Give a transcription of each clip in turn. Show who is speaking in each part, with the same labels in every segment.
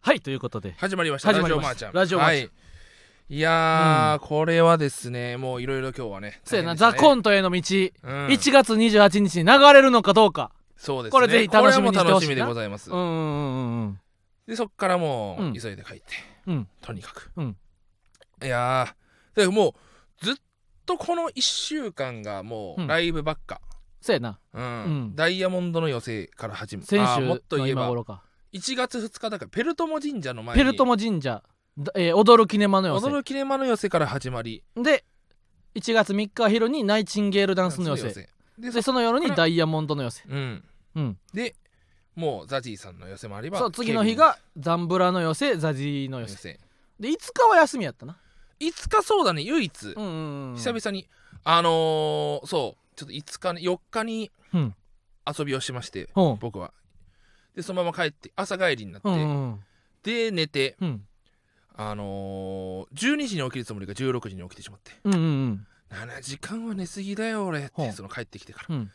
Speaker 1: はいということで
Speaker 2: 始まりました
Speaker 1: 始まり
Speaker 2: ラジオ
Speaker 1: まし
Speaker 2: マー
Speaker 1: た
Speaker 2: ちゃん
Speaker 1: ラジオマーちゃん
Speaker 2: はいいやー、これはですねもういろいろ今日はね
Speaker 1: そうやな、
Speaker 2: 大
Speaker 1: ザ・
Speaker 2: 変でした
Speaker 1: コ
Speaker 2: ね
Speaker 1: ントへの道、1
Speaker 2: うん
Speaker 1: 月28日に流れるのかどうか
Speaker 2: そうですね
Speaker 1: これぜひ楽しみにしてほしいな
Speaker 2: これはもう楽しみでございます、
Speaker 1: うんうんうんうん
Speaker 2: でそっからも
Speaker 1: うん
Speaker 2: う急いで帰って、
Speaker 1: うん
Speaker 2: とにかく、
Speaker 1: うん
Speaker 2: いやーでもうずっとこの1週間がも
Speaker 1: うん
Speaker 2: うライブばっか、
Speaker 1: そうやな
Speaker 2: うん
Speaker 1: うん
Speaker 2: ダイヤモンドの予選から始め
Speaker 1: 先
Speaker 2: あ
Speaker 1: 週
Speaker 2: ーもっと
Speaker 1: の
Speaker 2: 言え
Speaker 1: 今
Speaker 2: ば
Speaker 1: 頃か
Speaker 2: 1月2日だからペルトモ神社の前に
Speaker 1: ペルトモ神社、だえー踊るキネマの寄
Speaker 2: 踊るキレマの寄せから始まり
Speaker 1: せで1月3日昼にナイチンゲールダンスの寄せ
Speaker 2: で
Speaker 1: で
Speaker 2: そ
Speaker 1: その夜にダイヤモンドの寄せ
Speaker 2: うん
Speaker 1: うん
Speaker 2: でもうザジーさんの寄せもあれば
Speaker 1: そう次の日がザンブラの寄せザジーの寄
Speaker 2: ケビンの寄
Speaker 1: せ
Speaker 2: せ
Speaker 1: で5日は休みやったない
Speaker 2: つかそうだね唯一、
Speaker 1: うんうんうん
Speaker 2: 久々にあのーそうちょっと5日ね4日に
Speaker 1: うん
Speaker 2: 遊びをしまして
Speaker 1: ほう
Speaker 2: 僕はでそのまま帰って朝帰りになって、
Speaker 1: うんうん
Speaker 2: で寝て
Speaker 1: うん
Speaker 2: あのー、12時に起きるつもりが16時に起きてしまって
Speaker 1: うんうんうん
Speaker 2: 7時間は寝すぎだよ俺っ
Speaker 1: ほ
Speaker 2: て
Speaker 1: う
Speaker 2: その帰ってきてから
Speaker 1: うん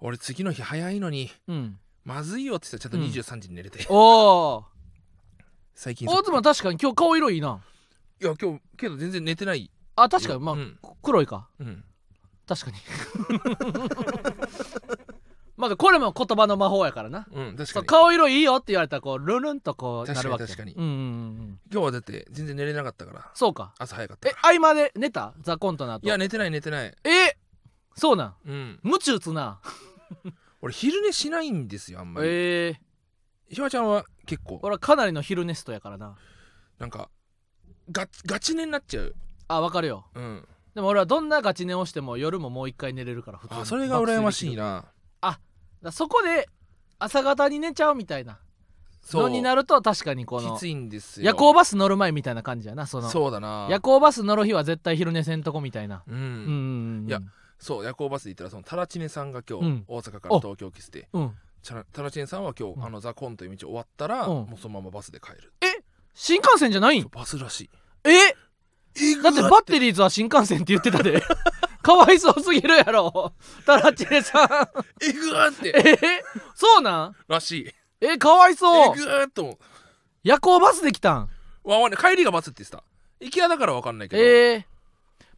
Speaker 2: 俺次の日早いのに
Speaker 1: うん
Speaker 2: まずいよって言ったらちゃんと23時に寝れて、
Speaker 1: おー
Speaker 2: 最近そう
Speaker 1: 大妻確かに今日顔色いいない
Speaker 2: や今日けど全然寝てない
Speaker 1: あ確かにまあ、
Speaker 2: うん
Speaker 1: 黒いか
Speaker 2: うん
Speaker 1: 確かにまだこれも言葉の魔法やからな
Speaker 2: うん確
Speaker 1: そ
Speaker 2: か
Speaker 1: う
Speaker 2: に
Speaker 1: 顔色いいよって言われたらこうルルンとこう
Speaker 2: 確か
Speaker 1: な
Speaker 2: に
Speaker 1: るわけや
Speaker 2: 確かに
Speaker 1: うんうんうんうん
Speaker 2: 今日はだって全然寝れなかったから
Speaker 1: そうか
Speaker 2: 朝早かった
Speaker 1: え
Speaker 2: から
Speaker 1: 合間で寝たザコントの後
Speaker 2: いや寝てない寝てない
Speaker 1: えそうなん
Speaker 2: うん
Speaker 1: 無知打つな
Speaker 2: 俺昼寝しないんですよあんまり、
Speaker 1: ええ
Speaker 2: ひまちゃんは結構
Speaker 1: 俺はかなりの昼ネストやからな
Speaker 2: なんかガガチ寝になっちゃう
Speaker 1: あわかるよ
Speaker 2: うん
Speaker 1: でも俺はどんなガチ寝をしても夜ももう一回寝れるから普通に
Speaker 2: あそれが羨ましいな
Speaker 1: なそこで朝方に寝ちゃうみたいな
Speaker 2: そ
Speaker 1: の
Speaker 2: う
Speaker 1: になると確かにこの
Speaker 2: きついんですよ
Speaker 1: 夜行バス乗る前みたいな感じやなその
Speaker 2: そうだな
Speaker 1: 夜行バス乗る日は絶対昼寝せんとこみたいな
Speaker 2: うん、
Speaker 1: うんうんうん
Speaker 2: いやそう夜行バスで行ったらそのタラチネさんが今日、
Speaker 1: うん
Speaker 2: 大阪から東京来てて
Speaker 1: うん
Speaker 2: チャラタラチネさんは今日、
Speaker 1: うん
Speaker 2: あのザ・コンという道終わったら、
Speaker 1: うん
Speaker 2: もうそのままバスで帰る、
Speaker 1: 新幹線じゃないん
Speaker 2: そうバスらしい
Speaker 1: え
Speaker 2: え
Speaker 1: だってバッテリーズは新幹線って言ってたで かわいそうすぎるや ろタラチネさん
Speaker 2: えぐーって
Speaker 1: えそうなん
Speaker 2: らしいえ
Speaker 1: えかわい
Speaker 2: ぐ
Speaker 1: そう
Speaker 2: ーっと思
Speaker 1: 夜行バスで来たん
Speaker 2: うわわね帰りがバスって言ってた行き屋だから分かんないけ
Speaker 1: えー、
Speaker 2: ど、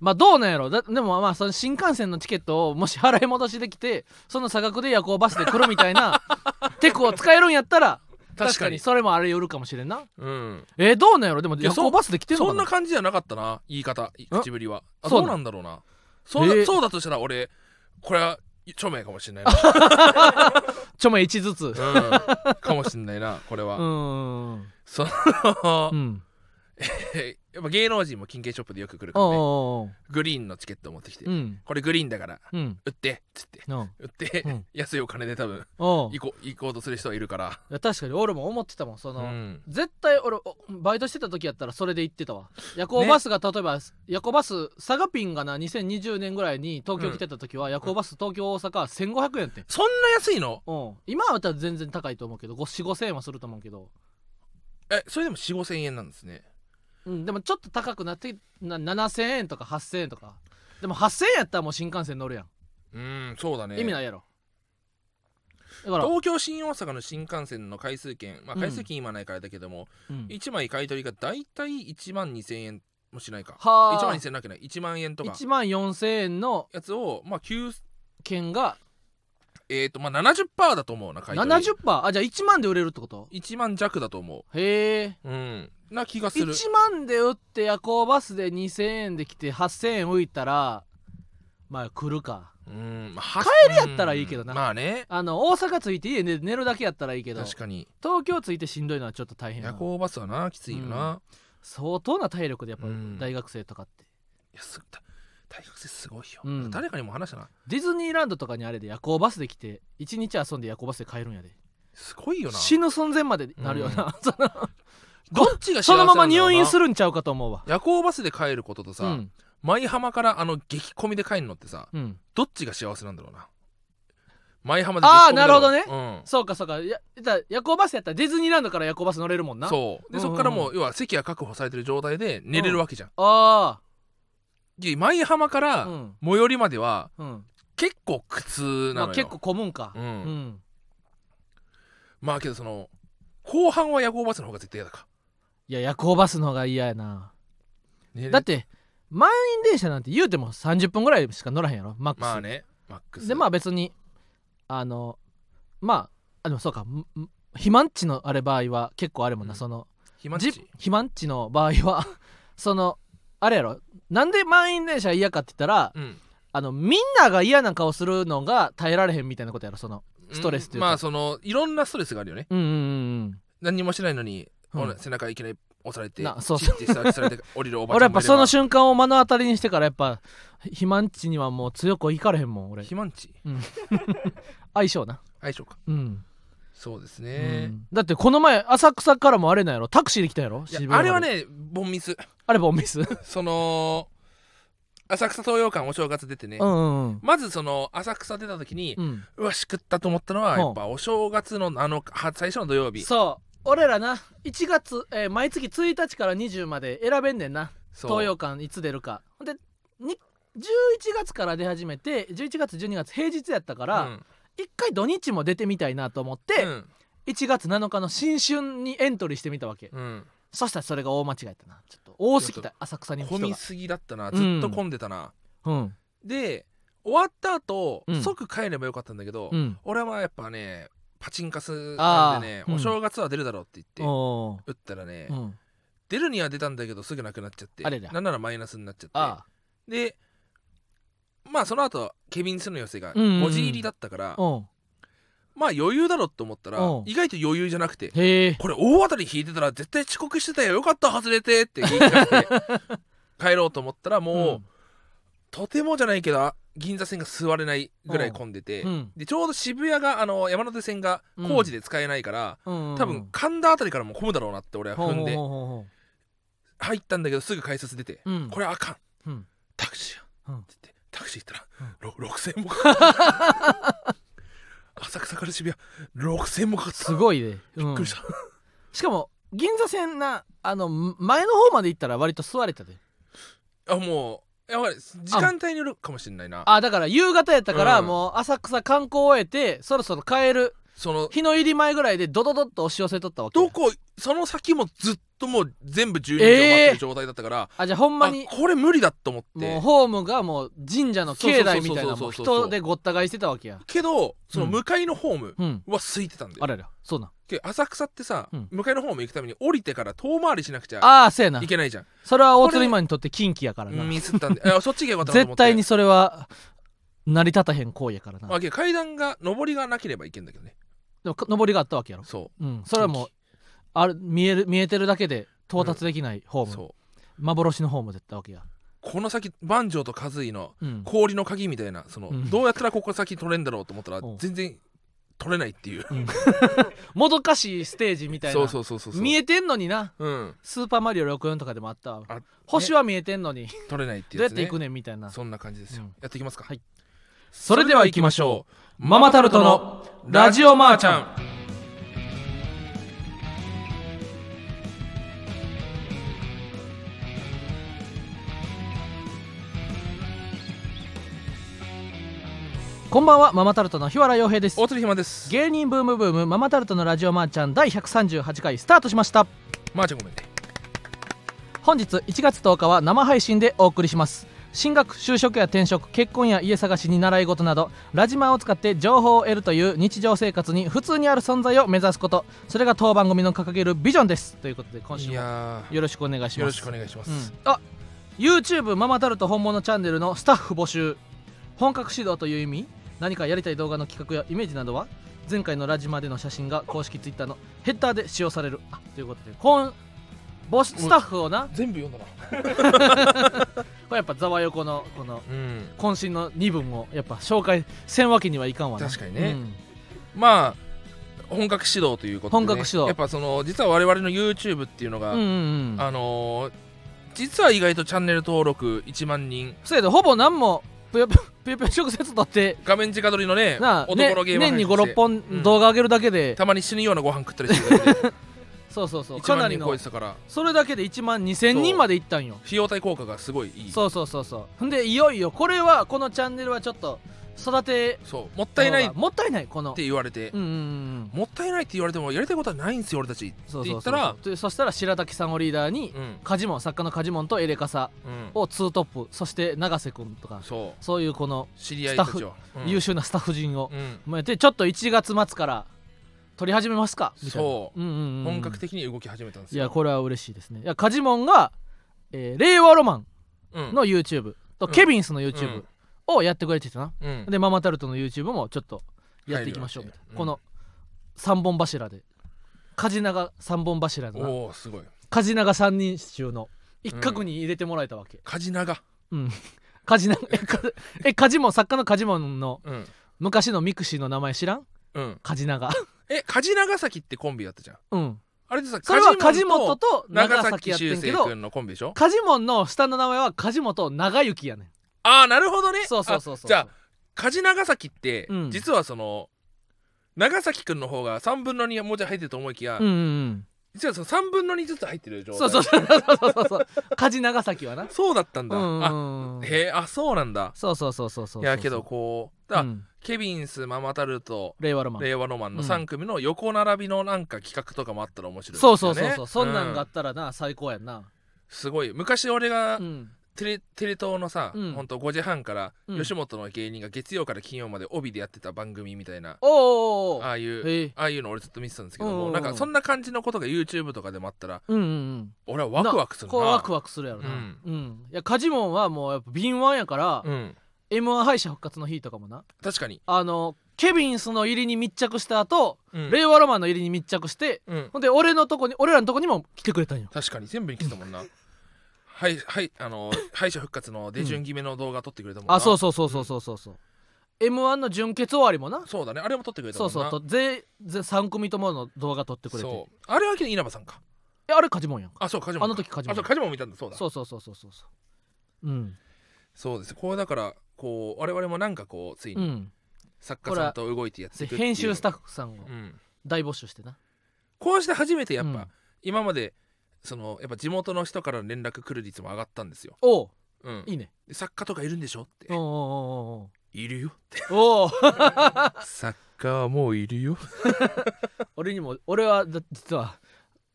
Speaker 1: まあどうなんやろだでもまあその新幹線のチケットをもし払い戻しできてその差額で夜行バスで来るみたい なテクを使えるんやったら
Speaker 2: 確かに
Speaker 1: それもあれよるかもしれんな
Speaker 2: うん
Speaker 1: えー、どうなんやろでも
Speaker 2: いや
Speaker 1: 夜
Speaker 2: そ
Speaker 1: 行バスで来てんの
Speaker 2: そ
Speaker 1: か
Speaker 2: ん
Speaker 1: な
Speaker 2: な感じじゃなかったな言い方い口ぶりはあ
Speaker 1: そ
Speaker 2: そうう
Speaker 1: な
Speaker 2: なんんだろうなそうだ,、
Speaker 1: えー
Speaker 2: そうだとしたら俺これは著名かもしれない
Speaker 1: ちょま1ずつう
Speaker 2: な、 うん、かもしれないなこれは、
Speaker 1: ーん
Speaker 2: その、
Speaker 1: うん
Speaker 2: やっぱ芸能人も金券ショップでよく来るか
Speaker 1: おう
Speaker 2: ら、ね、
Speaker 1: おう
Speaker 2: グリーンのチケットを持ってきて、
Speaker 1: おううん
Speaker 2: これグリーンだから
Speaker 1: うん
Speaker 2: 売ってっつって
Speaker 1: うん
Speaker 2: 売って、
Speaker 1: うん
Speaker 2: 安いお金で多分
Speaker 1: おう
Speaker 2: 行こう行こうとする人はいるから、
Speaker 1: いや確かに俺も思ってたもんその、
Speaker 2: うん
Speaker 1: 絶対俺おバイトしてた時やったらそれで行ってたわ夜行バスが例えば、夜行バス佐賀ピンがな2020年ぐらいに東京来てた時は、夜行バス東京大阪1500円やってん
Speaker 2: そんな安いの
Speaker 1: うん今は多分全然高いと思うけど4 5千円はすると思うけど、
Speaker 2: えそれでも4 5千円なんですね
Speaker 1: うん、でもちょっと高くなってな7000円とか8000円とかでも8000円やったらもう新幹線乗るやん、
Speaker 2: うんそうだね
Speaker 1: 意味ないやろだから、
Speaker 2: 東京新大阪の新幹線の回数券まあ
Speaker 1: うん
Speaker 2: 回数券今ないからだけども、
Speaker 1: うん
Speaker 2: 1枚買い取りが大体1万2千円もしないか1
Speaker 1: は
Speaker 2: 万
Speaker 1: あ
Speaker 2: 2千円なわけない1万円とか
Speaker 1: 1万4000円の
Speaker 2: やつをまあ9
Speaker 1: 券が
Speaker 2: えっ、とまあ70%だと思うな買い取り
Speaker 1: 70%? あじゃあ1万で売れるってこと
Speaker 2: 1万弱だと思
Speaker 1: へえ
Speaker 2: ううんな気がする
Speaker 1: 1万で売って夜行バスで2000円で来て8000円浮いたらまあ来るか
Speaker 2: うんまあ
Speaker 1: 帰りやったらいいけどな
Speaker 2: うんまあね
Speaker 1: あの大阪着いて家で寝るだけやったらいいけど
Speaker 2: 確
Speaker 1: 東
Speaker 2: かに
Speaker 1: 京着いてしんどいのはちょっと大変や
Speaker 2: 夜
Speaker 1: な
Speaker 2: 行バスはなきついよな、
Speaker 1: 相当な体力でやっぱ
Speaker 2: うん
Speaker 1: 大学生とかって、
Speaker 2: いやすだ大学生すごいよ、
Speaker 1: うん
Speaker 2: 誰かにも話したな
Speaker 1: ディズニーランドとかにあれで夜行バスで来て1日遊んで夜行バスで帰るんやです
Speaker 2: ごいよな
Speaker 1: 死ぬ寸前までなるよな、 その
Speaker 2: どっちが幸せ
Speaker 1: その
Speaker 2: な
Speaker 1: ま
Speaker 2: んだろうな
Speaker 1: ま入院するんちゃうかと思うわ
Speaker 2: 夜行バスで帰ることとさ、
Speaker 1: うん
Speaker 2: 舞浜からあの激混みで帰るのってさ
Speaker 1: うん
Speaker 2: どっちが幸せなんだろうな舞浜で激混みだろ
Speaker 1: あーなるほ
Speaker 2: ね、
Speaker 1: そうかそうかやだから夜行バスやったらディズニーランドから夜行バス乗れるもん
Speaker 2: うん、
Speaker 1: な
Speaker 2: そうで、
Speaker 1: うんうんうん
Speaker 2: そっからもう要は席が確保されてる状態で寝れるわけじゃん、
Speaker 1: あ
Speaker 2: で舞浜か
Speaker 1: あ
Speaker 2: ら
Speaker 1: うん
Speaker 2: 最寄りまでは
Speaker 1: うん
Speaker 2: 結構苦痛なのよ、
Speaker 1: まあ、結構混むんか
Speaker 2: うん
Speaker 1: うん、
Speaker 2: まあけどその後半は夜行バスの方が絶対嫌だか
Speaker 1: いや夜行バスの方が嫌やな
Speaker 2: ね
Speaker 1: だって満員電車なんて言うても30分ぐらいしか乗らへんやろマックス、
Speaker 2: まあねマックス
Speaker 1: でまあ別にあのまああでもそうかんん肥満値のあれ場合は結構あれもんな、
Speaker 2: うん
Speaker 1: その
Speaker 2: 暇っ
Speaker 1: じ
Speaker 2: ち
Speaker 1: 肥満値の場合は そのあれやろなんで満員電車嫌かって言ったら、
Speaker 2: うん
Speaker 1: あのみんなが嫌な顔するのが耐えられへんみたいなことやろそのストレスというか
Speaker 2: まあそのいろんなストレスがあるよね
Speaker 1: うんうんうん
Speaker 2: 何にもしないのに、
Speaker 1: うん
Speaker 2: お背中いきなり押されて
Speaker 1: なそう
Speaker 2: チッてさされて降りるおば
Speaker 1: 俺
Speaker 2: ち
Speaker 1: や
Speaker 2: ゃ
Speaker 1: っ
Speaker 2: ん
Speaker 1: ぱその
Speaker 2: 瞬
Speaker 1: 瞬間を目の当たりにしてからやっぱ肥満値にはもう強くいかれへんもん俺
Speaker 2: 肥満値
Speaker 1: 相性な
Speaker 2: 相性か
Speaker 1: うん、
Speaker 2: そうですね
Speaker 1: う、んだってこの前浅草からもあれなんやろタクシーで来たやろ
Speaker 2: い
Speaker 1: 渋谷
Speaker 2: やあれは
Speaker 1: まで
Speaker 2: ねボンミス
Speaker 1: あれボンミスうん
Speaker 2: その浅草東洋館お正月出てね、
Speaker 1: うんうん
Speaker 2: まずその浅草出た時に、
Speaker 1: うん
Speaker 2: うわしくったと思ったのは
Speaker 1: ほう
Speaker 2: やっぱお正月のあのは最初の土曜日
Speaker 1: そう俺らな1月、えー毎月1日から20まで選べんねんな
Speaker 2: そう
Speaker 1: 東洋館いつ出るかほんでに11月から出始めて11月12月平日やったから、
Speaker 2: うん
Speaker 1: 一回土日も出てみたいなと思って、
Speaker 2: うん
Speaker 1: 1月7日の新春にエントリーしてみたわけ、
Speaker 2: うん
Speaker 1: そしたらそれが大間違いだなちょっと多すぎた浅草に人
Speaker 2: 混み
Speaker 1: が
Speaker 2: すぎだったな
Speaker 1: うん
Speaker 2: ずっと混んでたな、
Speaker 1: うん
Speaker 2: で終わった後、
Speaker 1: うん
Speaker 2: 即帰ればよかったんだけど、
Speaker 1: うん
Speaker 2: 俺はやっぱねパチンカスなんでね
Speaker 1: あーうん
Speaker 2: お正月は出るだろうって言って
Speaker 1: おー
Speaker 2: 打ったらね、
Speaker 1: うん
Speaker 2: 出るには出たんだけどすぐなくなっちゃって
Speaker 1: あれだ
Speaker 2: なんならマイナスになっちゃっ
Speaker 1: あ
Speaker 2: てでまあその後ケビンスの寄せが
Speaker 1: うんうんうん
Speaker 2: 5時入りだったから、
Speaker 1: あうん
Speaker 2: まあ余裕だろうと思ったら
Speaker 1: うん
Speaker 2: 意外と余裕じゃなくて
Speaker 1: へえ
Speaker 2: これ大当たり引いてたら絶対遅刻してたよよかった外れてって言い返して 帰ろうと思ったらもう、とてもじゃないけど銀座線が座れないぐらい混んでて、
Speaker 1: うんうん
Speaker 2: でちょうど渋谷があの山手線が工事で使えないから、
Speaker 1: うん
Speaker 2: 多分神田あたりからも混むだろうなって俺は踏んで
Speaker 1: ほうほうほうほ
Speaker 2: 入ったんだけどすぐ改札出て、
Speaker 1: ううん
Speaker 2: これあかん
Speaker 1: れうん
Speaker 2: タクシーや
Speaker 1: うん
Speaker 2: って言ってタクシー行っ
Speaker 1: うん
Speaker 2: たら、ろ6000もかか った浅草から渋谷6000もかかった
Speaker 1: すごいね、うん
Speaker 2: びっくりした、
Speaker 1: しかも銀座線なあのん前の方まで行ったら割と座れたで
Speaker 2: あもうやばい時間帯によるかもしれないな
Speaker 1: あだから夕方やったから
Speaker 2: うん
Speaker 1: もう浅草観光終えてそろそろ帰る
Speaker 2: その
Speaker 1: 日の入り前ぐらいでドドドッと押し寄せとったわけ
Speaker 2: どこその先もずっともう全部12時を待ってる状態だったから、
Speaker 1: あじゃあほんまに
Speaker 2: あこれ無理だと思って
Speaker 1: もうホームがもう神社の境内みたいなも
Speaker 2: そううそうそうそうそう
Speaker 1: 人でごった返してたわけや
Speaker 2: けどそうの
Speaker 1: ん
Speaker 2: 向かいのホーム
Speaker 1: うん
Speaker 2: は空いてたんで、
Speaker 1: あららそうなん
Speaker 2: けど浅草ってさ、
Speaker 1: うん
Speaker 2: 向かいのホーム行くために降りてから遠回りしなくちゃ
Speaker 1: ああそうやない
Speaker 2: けないじゃん
Speaker 1: それは大鶴マンにとって近畿やからな
Speaker 2: ミスったんであそっち行けばよかったなと思
Speaker 1: 絶
Speaker 2: って
Speaker 1: 対にそれは成り立たへん行為やからな
Speaker 2: まあけど階段が上りがなければいけんだけどね
Speaker 1: でもか上りがあったわけやろ
Speaker 2: そ
Speaker 1: うんそれはもうある見える見えてるだけで到達できないホ
Speaker 2: う
Speaker 1: ーム、
Speaker 2: そう
Speaker 1: 幻のホームだったわけや、
Speaker 2: この先万丈と和井の
Speaker 1: うん、
Speaker 2: 氷の鍵みたいなその、
Speaker 1: うん
Speaker 2: どうやったらここ先取れんだろうと思ったら
Speaker 1: うん
Speaker 2: 全然取れないっていう
Speaker 1: もどかしいステージみたいな
Speaker 2: そうそうそうそうそう
Speaker 1: 見えてんのにな
Speaker 2: うん
Speaker 1: スーパーマリオ64とかでもあったわ
Speaker 2: あね
Speaker 1: 星は見えてんのに、
Speaker 2: 取れないって
Speaker 1: どうやっ
Speaker 2: いうやつ
Speaker 1: て
Speaker 2: ね
Speaker 1: 行くねんみたいな
Speaker 2: そんな感じですよ、
Speaker 1: うん
Speaker 2: やっていきますか
Speaker 1: はい
Speaker 2: それでは行きましょう
Speaker 1: ママタルトのラジオマーちゃんこんばんはママタルトの日原洋平です
Speaker 2: 大鳥ひまです
Speaker 1: 芸人ブームブームママタルトのラジオマーちゃん第138回スタートしました
Speaker 2: マーちゃんごめんね
Speaker 1: 本日1月10日は生配信でお送りします進学就職や転職結婚や家探しに習い事などラジマンを使って情報を得るという日常生活に普通にある存在を目指すことそれが当番組の掲げるビジョンですということで今
Speaker 2: い
Speaker 1: 週も
Speaker 2: やー
Speaker 1: よろしくお願いし
Speaker 2: よ
Speaker 1: ま
Speaker 2: ろし
Speaker 1: す
Speaker 2: くお願いしま
Speaker 1: う
Speaker 2: す
Speaker 1: ん、あ YouTube ママタルト本物チャンネルのスタッフ募集本格指導という意味何かやりたい動画の企画やイメージなどは前回のラジマでの写真が公式 Twitter のヘッダーで使用されるあということでこん募集スタッフをな
Speaker 2: 全部読んだな
Speaker 1: これやっぱざわよこのこの
Speaker 2: うん
Speaker 1: 渾身の2文をやっぱ紹介せんわけにはいかんわな
Speaker 2: 確かにね
Speaker 1: うん
Speaker 2: まあ本格指導ということで、
Speaker 1: 本
Speaker 2: ね、
Speaker 1: 格指導
Speaker 2: やっぱその実は我々の YouTube っていうのが、
Speaker 1: うんうんうん
Speaker 2: あのー実は意外とチャンネル登録1万人
Speaker 1: そうやでほぼ何もぷよぷよぷよぷよ直接取って
Speaker 2: 画面直撮りのね
Speaker 1: なあ、
Speaker 2: 男
Speaker 1: ね
Speaker 2: のゲーム配
Speaker 1: 年
Speaker 2: 信
Speaker 1: に
Speaker 2: して
Speaker 1: 56
Speaker 2: うん
Speaker 1: 本動画上げるだけで、
Speaker 2: たまに死ぬようなご飯食ったりしてるだけで
Speaker 1: そうそうそう
Speaker 2: 1
Speaker 1: かな
Speaker 2: 万
Speaker 1: り
Speaker 2: 人
Speaker 1: の
Speaker 2: 超えてたから
Speaker 1: それだけで1万2000
Speaker 2: そう
Speaker 1: 人までいったんよ
Speaker 2: 費用対効果がすごいいい
Speaker 1: そうそうそうそうほんでいよいよこれはこのチャンネルはちょっと育て
Speaker 2: そうもったいないっ
Speaker 1: もったいないこの
Speaker 2: て言われて
Speaker 1: うんうんうん
Speaker 2: もったいないって言われてもやりたいことはないんですよ俺たちって
Speaker 1: そうそ
Speaker 2: 言
Speaker 1: う
Speaker 2: っ
Speaker 1: そ
Speaker 2: た
Speaker 1: うそ
Speaker 2: ら
Speaker 1: うでそしたら白滝さんをリーダーに
Speaker 2: うん
Speaker 1: カジモン作家のカジモンとエレカサ
Speaker 2: うん
Speaker 1: をツートップそして永瀬君とか
Speaker 2: そう
Speaker 1: そういうこの
Speaker 2: 知り合いたちは
Speaker 1: 優秀なスタッフ陣を
Speaker 2: うんうん
Speaker 1: まあでちょっと1月末から取り始めますかみたいな
Speaker 2: そう
Speaker 1: うんうんうん
Speaker 2: 本格的に動き始めたんです
Speaker 1: い
Speaker 2: よ
Speaker 1: やこれは嬉しいですねいやカジモンが、えー令和ロマ
Speaker 2: うん
Speaker 1: ンの YouTube と、
Speaker 2: うん
Speaker 1: ケビンスの
Speaker 2: う
Speaker 1: YouTube
Speaker 2: ん
Speaker 1: をやってくれてたな、
Speaker 2: うん
Speaker 1: でママタルトの YouTube もちょっとやっていきましょうみたいな、
Speaker 2: 入る
Speaker 1: こ
Speaker 2: ように
Speaker 1: の3本柱でカジナが3本柱だな
Speaker 2: おおすごい
Speaker 1: カジナが3人衆の一角に入れてもらえたわけ、
Speaker 2: カジナが
Speaker 1: うんカジナえカえカジモン作家のカジモンの
Speaker 2: うん
Speaker 1: 昔のミクシーの名前知らん
Speaker 2: うん
Speaker 1: カジナが
Speaker 2: えカジナガサキってコンビだったじゃん
Speaker 1: うん
Speaker 2: あれでさ
Speaker 1: それは
Speaker 2: カ
Speaker 1: カ
Speaker 2: ジ
Speaker 1: ジ
Speaker 2: モ
Speaker 1: モト
Speaker 2: ンと
Speaker 1: と長
Speaker 2: 長
Speaker 1: 崎
Speaker 2: 崎
Speaker 1: やって
Speaker 2: 修
Speaker 1: んけ
Speaker 2: 正
Speaker 1: ど
Speaker 2: 君のコンビでしょ
Speaker 1: カジモンの下の名前はカジモと長幸やねん
Speaker 2: ああなるほどね
Speaker 1: そうそうそうそう
Speaker 2: あじゃあカジ長崎って、
Speaker 1: うん
Speaker 2: 実はその長崎くんの方が3分の2文字入ってると思いきや、
Speaker 1: うんうん
Speaker 2: 実はその3分の2ずつ入ってる
Speaker 1: う
Speaker 2: 状
Speaker 1: ん
Speaker 2: 態
Speaker 1: そうそうそうそうそうそうそうカジ長崎はな
Speaker 2: そうだったん
Speaker 1: う
Speaker 2: だ、
Speaker 1: ん
Speaker 2: あ
Speaker 1: うんうん
Speaker 2: へえあそうなんだ
Speaker 1: そうそうそうそうそうい
Speaker 2: いやけどこうだ、
Speaker 1: うん
Speaker 2: ケビンスママタルト
Speaker 1: 令和ロマン
Speaker 2: 令和ロマンの
Speaker 1: うん
Speaker 2: 3組の横並びのなんか企画とかもあったら面白いです
Speaker 1: そ
Speaker 2: よ
Speaker 1: う
Speaker 2: ね
Speaker 1: そうそうそうそんなんがあ
Speaker 2: う
Speaker 1: ったらな最高やんな
Speaker 2: すごい昔俺が
Speaker 1: うん
Speaker 2: テレ,、テレ東のさ、
Speaker 1: うん
Speaker 2: ほんと5時半から
Speaker 1: うん
Speaker 2: 吉本の芸人が月曜から金曜まで帯でやってた番組みたいな、
Speaker 1: おーおーおー
Speaker 2: ああいう
Speaker 1: へえ
Speaker 2: ああいうの俺ずっと見てたんですけど
Speaker 1: うんうん
Speaker 2: も
Speaker 1: うん
Speaker 2: なんかそんな感じのことが YouTube とかでもあったら
Speaker 1: うんうんうん
Speaker 2: 俺はワクワクするな
Speaker 1: こうワク
Speaker 2: ワ
Speaker 1: ワクするやろなう
Speaker 2: うんん、
Speaker 1: いやカジモンはもうやっぱ敏腕やから、
Speaker 2: うん、
Speaker 1: m 1敗者復活の日とかもな
Speaker 2: 確かに、
Speaker 1: あのケビンスの入りに密着した後、
Speaker 2: うん
Speaker 1: 令和ロマンの入りに密着して
Speaker 2: うん
Speaker 1: ほんで俺のとこに俺らのとこにも来てくれたんよ
Speaker 2: 確かに全部に来てたもんなはいはいあの敗者復活の出順決めの動画撮ってくれたもんな、
Speaker 1: あそうそうそうそうそうそうそう m 1の準決終わりもな
Speaker 2: そうだねあれも撮ってくれた
Speaker 1: そ
Speaker 2: もん
Speaker 1: う
Speaker 2: な
Speaker 1: そうと全全3組ともの動画撮ってくれて
Speaker 2: そうあれはけど稲葉さんか
Speaker 1: えあれカジモンやんか
Speaker 2: あそうカジモン
Speaker 1: あの時カジモ
Speaker 2: あそう
Speaker 1: ン
Speaker 2: カジモン見たんだそうだ
Speaker 1: そうそうそうそうそうそううん
Speaker 2: そうですこれだからこう我々もなんかこうついうに
Speaker 1: ん
Speaker 2: 作家さんと動いてやって
Speaker 1: で
Speaker 2: いくっていう
Speaker 1: 編集スタッフさんを
Speaker 2: うん
Speaker 1: 大募集してな
Speaker 2: こうして初めてやっぱ、
Speaker 1: うん
Speaker 2: 今までそのやっぱ地元の人からの連絡来る率も上がったんですよ、
Speaker 1: おう
Speaker 2: うん、
Speaker 1: いいね
Speaker 2: で作家とかいるんでしょって
Speaker 1: おうおう
Speaker 2: いる よって
Speaker 1: おうおうおう
Speaker 2: 作家はもういるよ
Speaker 1: 俺にも俺はだ実は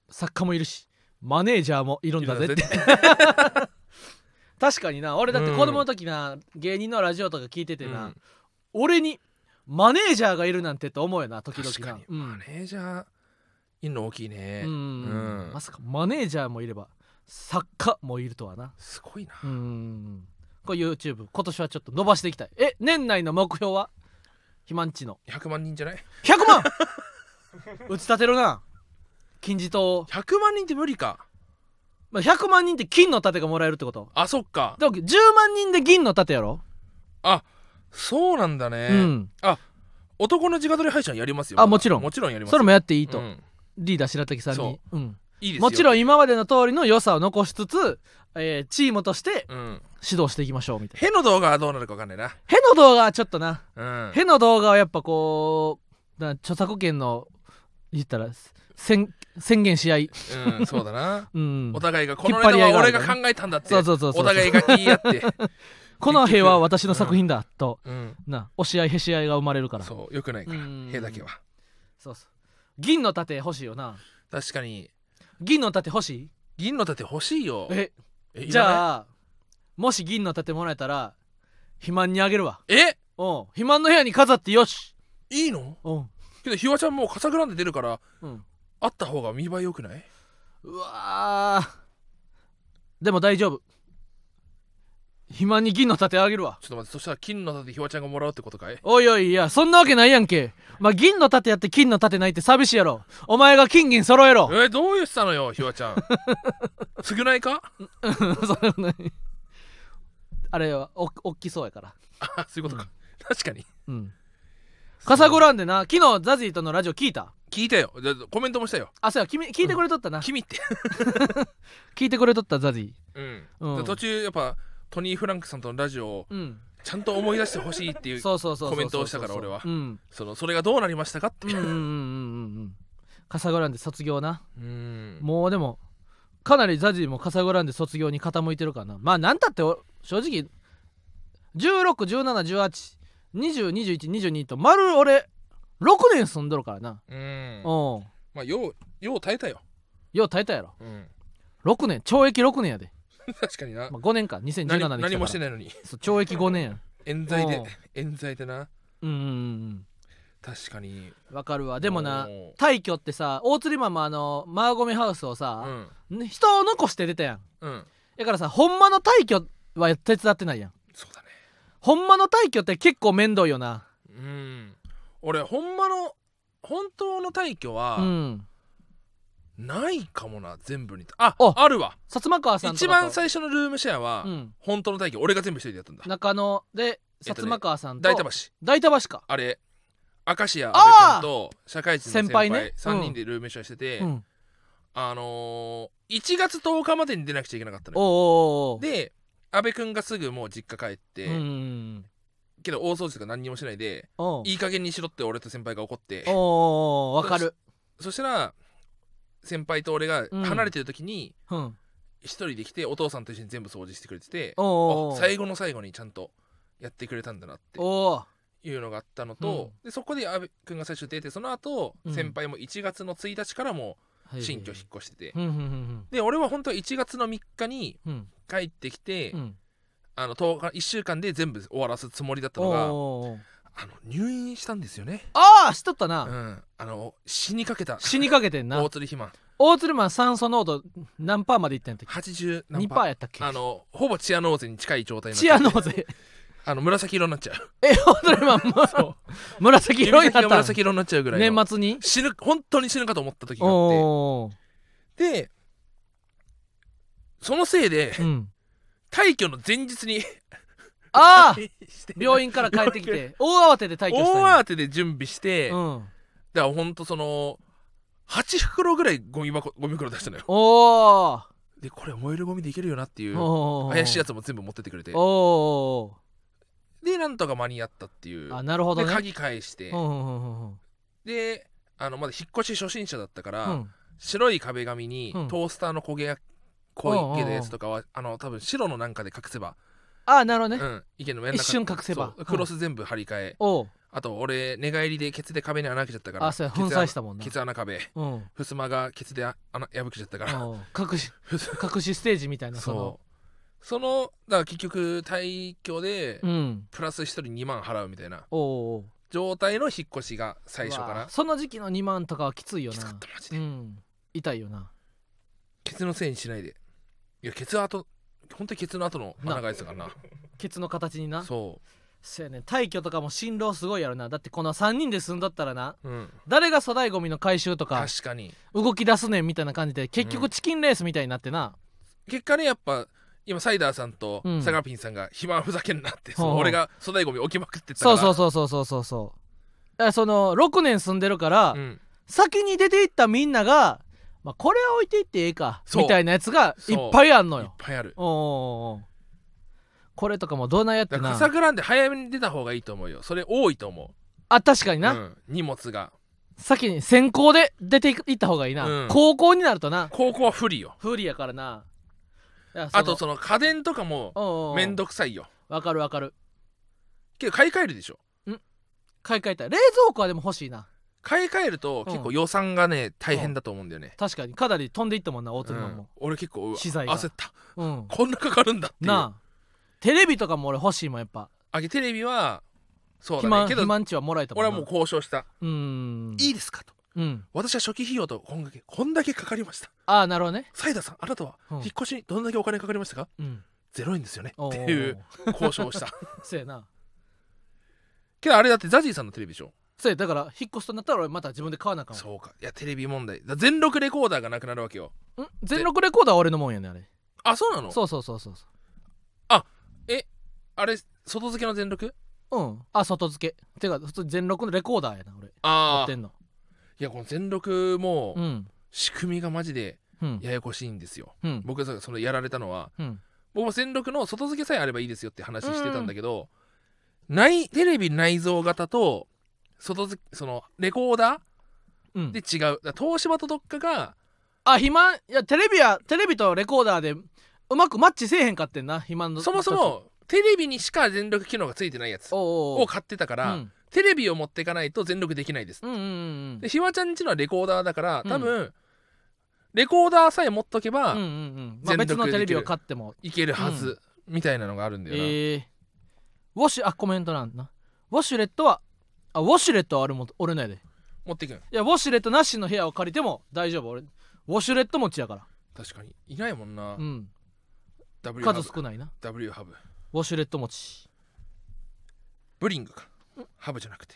Speaker 1: 作家もいるしマネージャーもいるんだぜって
Speaker 2: いるんだ
Speaker 1: 確かにな俺だって子供の時な、芸人のラジオとか聞いててな、
Speaker 2: うん
Speaker 1: 俺にマネージャーがいるなんてと思うよな時々な
Speaker 2: 確かに、
Speaker 1: うん
Speaker 2: マネージャーいんの大きいね
Speaker 1: うん
Speaker 2: うん
Speaker 1: まさかマネージャーもいれば作家もいるとはな
Speaker 2: すごいな
Speaker 1: うんこれ YouTube 今年はちょっと伸ばしていきたいえ年内の目標は肥満地の
Speaker 2: 100万人じゃない
Speaker 1: 100万 打ち立てるな金字塔を、
Speaker 2: 100万人って無理か
Speaker 1: まあ、100万人って金の盾がもらえるってこと
Speaker 2: あそっか
Speaker 1: でも10万人で銀の盾やろ、
Speaker 2: あそうなんだね、
Speaker 1: うん
Speaker 2: あ男の直撮り配信やりますよ
Speaker 1: あもちろん
Speaker 2: もちろんやります
Speaker 1: それもやってい
Speaker 2: い
Speaker 1: いと、
Speaker 2: うん
Speaker 1: リーダー白滝さんに、
Speaker 2: そう
Speaker 1: ん、
Speaker 2: いいですよ
Speaker 1: もちろ
Speaker 2: ん、
Speaker 1: ん今までの通りの良さを残しつつ、えーチームとして
Speaker 2: うん、
Speaker 1: 指導していきましょうみたいな
Speaker 2: への動画はどうなるかわかんないな
Speaker 1: への動画はちょっとな
Speaker 2: うん
Speaker 1: への動画はやっぱこうな著作権の言ったら宣宣言し合い、
Speaker 2: うん、そうだな。
Speaker 1: うん
Speaker 2: お、互いがこの
Speaker 1: 引っ張り合
Speaker 2: ネ
Speaker 1: い
Speaker 2: タ
Speaker 1: があ
Speaker 2: は
Speaker 1: る
Speaker 2: 俺
Speaker 1: から
Speaker 2: が
Speaker 1: ね
Speaker 2: 考えたんだって。
Speaker 1: そうそうそうそう
Speaker 2: お互いが言い 合って。
Speaker 1: この塀は私の作品だと、
Speaker 2: うん。
Speaker 1: な押し合いへし合いが生まれるからそう
Speaker 2: そう、よくないから
Speaker 1: うん。
Speaker 2: へだけは。
Speaker 1: そう銀の盾欲しいよな
Speaker 2: 確かに、
Speaker 1: 銀の盾欲しい
Speaker 2: 銀の盾欲しいよ。
Speaker 1: え
Speaker 2: え
Speaker 1: じゃあもし銀の盾もらえたら肥満にあげるわ
Speaker 2: いらないえ
Speaker 1: うん肥満の部屋に飾ってよし
Speaker 2: いいの
Speaker 1: うん
Speaker 2: けど、ひわちゃんもうカサグランデ出るから、
Speaker 1: うん
Speaker 2: あった方が見栄え良くないう
Speaker 1: わーでも大丈夫肥満に銀の盾あげるわ
Speaker 2: ちょっと待って、そしたら金の盾ひわちゃんがもらうってことかい
Speaker 1: おいおいいやそんなわけないやんけまあ銀の盾やって金の盾ないって寂しいやろお前が金銀揃えろ
Speaker 2: え、どういうしたのよ、ひわちゃん。 償いか
Speaker 1: それはないあれはおおっきそうやから
Speaker 2: あ、そういうことか。確かに。
Speaker 1: うんカサゴランでな昨日ザジーとのラジオ聞いた
Speaker 2: 聞いたよ。じゃあコメントもしたよ。
Speaker 1: あそうや君聞いてくれとったな、
Speaker 2: 君って。
Speaker 1: 聞いてくれとったザジ
Speaker 2: うん。
Speaker 1: うん
Speaker 2: で途中、やっぱ、トニー・フランクさんとのラジオを
Speaker 1: ーうん
Speaker 2: ちゃんと思い出してほしいっていう
Speaker 1: そうそうそうそうそうそう
Speaker 2: コメントをしたから俺は
Speaker 1: うん
Speaker 2: そのそれがどうなりましたかって
Speaker 1: うんうんうんうんうんカサゴランで卒業な
Speaker 2: うん
Speaker 1: もうでもかなりザジーもカサゴランで卒業に傾いてるからなまあなんたってお正直161718 202122と丸俺6年住んどるからな
Speaker 2: うん
Speaker 1: うん
Speaker 2: まあようよう耐えたよ、
Speaker 1: よう耐えたやろ
Speaker 2: うん、
Speaker 1: 6年懲役6年やで、
Speaker 2: 確かにな、
Speaker 1: まあ、5年か2017年に来たから
Speaker 2: 何何もしてないのに
Speaker 1: そう懲役5年や
Speaker 2: 冤罪
Speaker 1: う
Speaker 2: で
Speaker 1: ん
Speaker 2: 冤罪でな
Speaker 1: うんうんうん
Speaker 2: 確かに
Speaker 1: うんわかるわでもな
Speaker 2: う
Speaker 1: 退去ってさ大釣りマンもあのマーゴメハウスを
Speaker 2: う
Speaker 1: さ、
Speaker 2: ん
Speaker 1: ね人を残して出たやん
Speaker 2: うん
Speaker 1: だからさほんまの退去は手伝ってないやん
Speaker 2: そうだね
Speaker 1: ほんまの退去って結構面倒よな
Speaker 2: うん俺ほんまの本当の退去は
Speaker 1: うん
Speaker 2: ないかもな全部にあ
Speaker 1: お
Speaker 2: あるわ
Speaker 1: 薩摩川さんとかと
Speaker 2: 一番最初のルームシェアは、
Speaker 1: うん
Speaker 2: 本当の退去俺が全部一人でやったんだ
Speaker 1: 中野で
Speaker 2: え
Speaker 1: 薩
Speaker 2: っとね
Speaker 1: 摩川さんと
Speaker 2: 大田橋
Speaker 1: 大田橋か
Speaker 2: あれ明石家阿
Speaker 1: あー
Speaker 2: 部君と社会人の先
Speaker 1: 先輩
Speaker 2: 輩
Speaker 1: ね
Speaker 2: 3人でルームシェアしてて、
Speaker 1: うん
Speaker 2: あのー、1月10日までに出なくちゃいけなかったのよ
Speaker 1: おうおうおう
Speaker 2: で阿部君がすぐもう実家帰って、
Speaker 1: うんうんうん
Speaker 2: けど大掃除とか何にもしないで
Speaker 1: おう
Speaker 2: いい加減にしろって俺と先輩が怒って
Speaker 1: おうおうおうわかる
Speaker 2: そしたら先輩と俺が離れてる時に
Speaker 1: うんおう
Speaker 2: 一人で来てお父さんと一緒に全部掃除してくれてて、
Speaker 1: おうおう
Speaker 2: あ最後の最後にちゃんとやってくれたんだなって
Speaker 1: おう
Speaker 2: いうのがあったのと、でそこで阿部君が最初出てその後、
Speaker 1: うん
Speaker 2: 先輩も1月の1日からも
Speaker 1: はい
Speaker 2: 新居引っ越してて、
Speaker 1: うんうんうん
Speaker 2: で俺は本当は1月の3日に
Speaker 1: うん
Speaker 2: 帰ってきて、
Speaker 1: うん
Speaker 2: あの10日1週間で全部終わらすつもりだった
Speaker 1: おう
Speaker 2: のが
Speaker 1: おうおう
Speaker 2: あの入院したんですよね、
Speaker 1: ああしとった
Speaker 2: う、
Speaker 1: なん
Speaker 2: あの死にかけた
Speaker 1: 死にかけてんな
Speaker 2: 大鶴肥満
Speaker 1: 大鶴マン酸素濃度何パーまでいったんやったっ
Speaker 2: 80
Speaker 1: け2
Speaker 2: 何
Speaker 1: パ
Speaker 2: パ
Speaker 1: ー
Speaker 2: ー
Speaker 1: やったっけ
Speaker 2: あのほぼチアノーゼに近い状態になっち
Speaker 1: チア
Speaker 2: ゃって
Speaker 1: ノーゼ
Speaker 2: あの紫色になっちゃ う
Speaker 1: え大鶴マンも紫色
Speaker 2: 指
Speaker 1: に
Speaker 2: 先
Speaker 1: な
Speaker 2: が
Speaker 1: ったん
Speaker 2: 紫色になっちゃうぐらいの
Speaker 1: 年末に
Speaker 2: 死ぬ本当に死ぬかと思った時があって
Speaker 1: おうおうおう
Speaker 2: でそのせいで
Speaker 1: うん
Speaker 2: 退去の前日に
Speaker 1: ああ
Speaker 2: して
Speaker 1: 病院から帰ってき て大慌てで退去したん
Speaker 2: 大
Speaker 1: や
Speaker 2: 慌てで準備して、
Speaker 1: う
Speaker 2: だか
Speaker 1: ん、
Speaker 2: らほんとその8袋ぐらいゴミ箱ゴミ袋出したのよ
Speaker 1: おー
Speaker 2: でこれ燃えるゴミでいけるよなっていう
Speaker 1: おー
Speaker 2: 怪しいや
Speaker 1: つ
Speaker 2: つも全部持ってってくれて
Speaker 1: おーお
Speaker 2: でなんとか間に合ったってい
Speaker 1: ー
Speaker 2: う
Speaker 1: おーあなるほど
Speaker 2: で
Speaker 1: ね
Speaker 2: 鍵返して
Speaker 1: うんうんうんうん
Speaker 2: であのまだ引っ越し初心者だったから、
Speaker 1: うん
Speaker 2: 白い壁紙に
Speaker 1: うん
Speaker 2: トースターの焦げが濃い毛のやつとかは、あの多分白のなんかで隠せば、
Speaker 1: ああなるほど
Speaker 2: う
Speaker 1: ね、
Speaker 2: ん、いけるのやんなか
Speaker 1: 一瞬隠せば
Speaker 2: そうクロス全部張り替え、
Speaker 1: おう
Speaker 2: あと俺寝返りでケツで壁に穴開けちゃったから
Speaker 1: あそうや
Speaker 2: ケツ穴
Speaker 1: 粉砕したもんな
Speaker 2: ケツ穴壁
Speaker 1: うんうん
Speaker 2: 襖がケツであ穴破けちゃったから
Speaker 1: 隠し 隠しステージみたいなその
Speaker 2: そうそのだから結局退去で、
Speaker 1: うん
Speaker 2: プラス1人2万払うみたいな
Speaker 1: おうおう
Speaker 2: 状態の引っ越しが最初か
Speaker 1: う
Speaker 2: な
Speaker 1: わその時期の2万とかはきついよ
Speaker 2: きつか
Speaker 1: な
Speaker 2: ったマジ
Speaker 1: う
Speaker 2: で、
Speaker 1: ん痛いよな
Speaker 2: ケツのせいにしないでいやケツ跡本当にケツの後の穴が開いてたからな
Speaker 1: ケツの形になそ
Speaker 2: そう
Speaker 1: やね退去とかも辛労すごいやろなだってこの3人で住んどったらな
Speaker 2: う、うん、
Speaker 1: 誰が粗大ゴミの回収とか
Speaker 2: 確かに
Speaker 1: 動き出すねんみたいな感じで結
Speaker 2: う
Speaker 1: 局
Speaker 2: ん
Speaker 1: チキンレースみたいになってな、
Speaker 2: 結果ねやっぱ今サイダーさんと
Speaker 1: うん
Speaker 2: サガピンさんが「肥満ふざけんな」って、そ
Speaker 1: ほう
Speaker 2: の
Speaker 1: ほう
Speaker 2: 俺が粗大ゴミ置きまくってたか
Speaker 1: そう
Speaker 2: ら
Speaker 1: そうそうそうそうそうそうだからその6年住んでるから、
Speaker 2: ん、
Speaker 1: 先に出ていったみんなが、まあ、これは置いていってええか
Speaker 2: そう
Speaker 1: みたいなやつがい
Speaker 2: そう
Speaker 1: っぱいあんの
Speaker 2: いっ
Speaker 1: よ
Speaker 2: ぱいある
Speaker 1: おうおうおうこれとかもどうなんやって
Speaker 2: だから
Speaker 1: な
Speaker 2: かさぐらんで早めに出た方がいいと思うよそれ多いと思
Speaker 1: あ確かに
Speaker 2: う、
Speaker 1: な、
Speaker 2: うん荷物が
Speaker 1: 先に先行で出ていった方がいいな、
Speaker 2: うん
Speaker 1: 高校になるとな
Speaker 2: 高校は不利よ
Speaker 1: 不利やからなだから
Speaker 2: あと
Speaker 1: そ
Speaker 2: その家電とかも
Speaker 1: のおうおう
Speaker 2: めんどくさいよ
Speaker 1: わかるわかる
Speaker 2: けど買い替えるでしょ
Speaker 1: 買い替えたい冷蔵庫はでも欲しいな
Speaker 2: 買い替えると結構予算がね大変だと思うんだよね、
Speaker 1: 確かにかなり飛んでいったもんな大
Speaker 2: う
Speaker 1: 鶴マン
Speaker 2: ん
Speaker 1: も、、
Speaker 2: 俺結構うわ
Speaker 1: 資材が
Speaker 2: 焦った
Speaker 1: うん、
Speaker 2: こんなかかるんだっていう
Speaker 1: なあテレビとかも俺欲しいもんやっぱ
Speaker 2: あげテレビはそう
Speaker 1: 肥
Speaker 2: だね
Speaker 1: 満
Speaker 2: け
Speaker 1: 肥
Speaker 2: ど
Speaker 1: 満値はもらえたもん
Speaker 2: 俺
Speaker 1: な
Speaker 2: はもう交渉した
Speaker 1: うーん
Speaker 2: 「いいですか?」と
Speaker 1: うん
Speaker 2: 「私は初期費用とこんだけこんだけかかりました
Speaker 1: ああなるほどね
Speaker 2: サイダーさんあなたは
Speaker 1: うん
Speaker 2: 引っ越しにどんだけお金かかりましたか
Speaker 1: うん
Speaker 2: ゼロ円ですよね」
Speaker 1: おー
Speaker 2: っていう交渉をした
Speaker 1: そうやな
Speaker 2: けどあれだってザジーさんのテレビでしょ
Speaker 1: そうやだから引っ越すとなったら俺また自分で買わなあかんわ
Speaker 2: そうかいやテレビ問題だ全録レコーダーがなくなるわけよ
Speaker 1: ん全録レコーダーは俺のもんやねあれ
Speaker 2: あそうなの
Speaker 1: そうそうそうそうそ
Speaker 2: あれ外付けの全録
Speaker 1: ううんあ外付けてか普通に全録のレコーダーやな俺持
Speaker 2: あ
Speaker 1: っ
Speaker 2: あ
Speaker 1: てんの
Speaker 2: いやこの全録も
Speaker 1: うん
Speaker 2: 仕組みがマジで
Speaker 1: うん
Speaker 2: ややこしいんですよ
Speaker 1: うん
Speaker 2: 僕がそのやられたのは
Speaker 1: うん
Speaker 2: 僕も全録の外付けさえあればいいですよって話してたんだけど、内テレビ内蔵型と外付けそのレコーダ
Speaker 1: うん
Speaker 2: ーで違うだから東芝とどっかが
Speaker 1: あ肥満いやテレビやテレビとレコーダーでうまくマッチせえへんかってんな肥満の
Speaker 2: そもそもテレビにしか全力機能がついてないやつ
Speaker 1: おうおう
Speaker 2: を買ってたから、
Speaker 1: うん
Speaker 2: テレビを持っていかないと全力できないです、
Speaker 1: うんうんうん
Speaker 2: でひわちゃんちのはレコーダーだから
Speaker 1: うん
Speaker 2: 多分、レコーダーさえ持っとけば、
Speaker 1: うんうんうんまあ
Speaker 2: 全力で
Speaker 1: 別のテレビ
Speaker 2: でき
Speaker 1: を
Speaker 2: る
Speaker 1: 買っても
Speaker 2: いけるはず、みたいなのがあるんだよな、
Speaker 1: えー、ウォシュあコメントなんだなウォシュレットはあウォシュレットは俺も俺ないで
Speaker 2: 持っていくん
Speaker 1: いやウォシュレットなしの部屋を借りても大丈夫俺ウォシュレット持ちやから
Speaker 2: 確かにいないもんな、
Speaker 1: うん
Speaker 2: W ハ
Speaker 1: 数
Speaker 2: ブ
Speaker 1: 少ないな
Speaker 2: W ハブ
Speaker 1: ウォシュレット持ち
Speaker 2: ブリングか、ハブじゃなくて、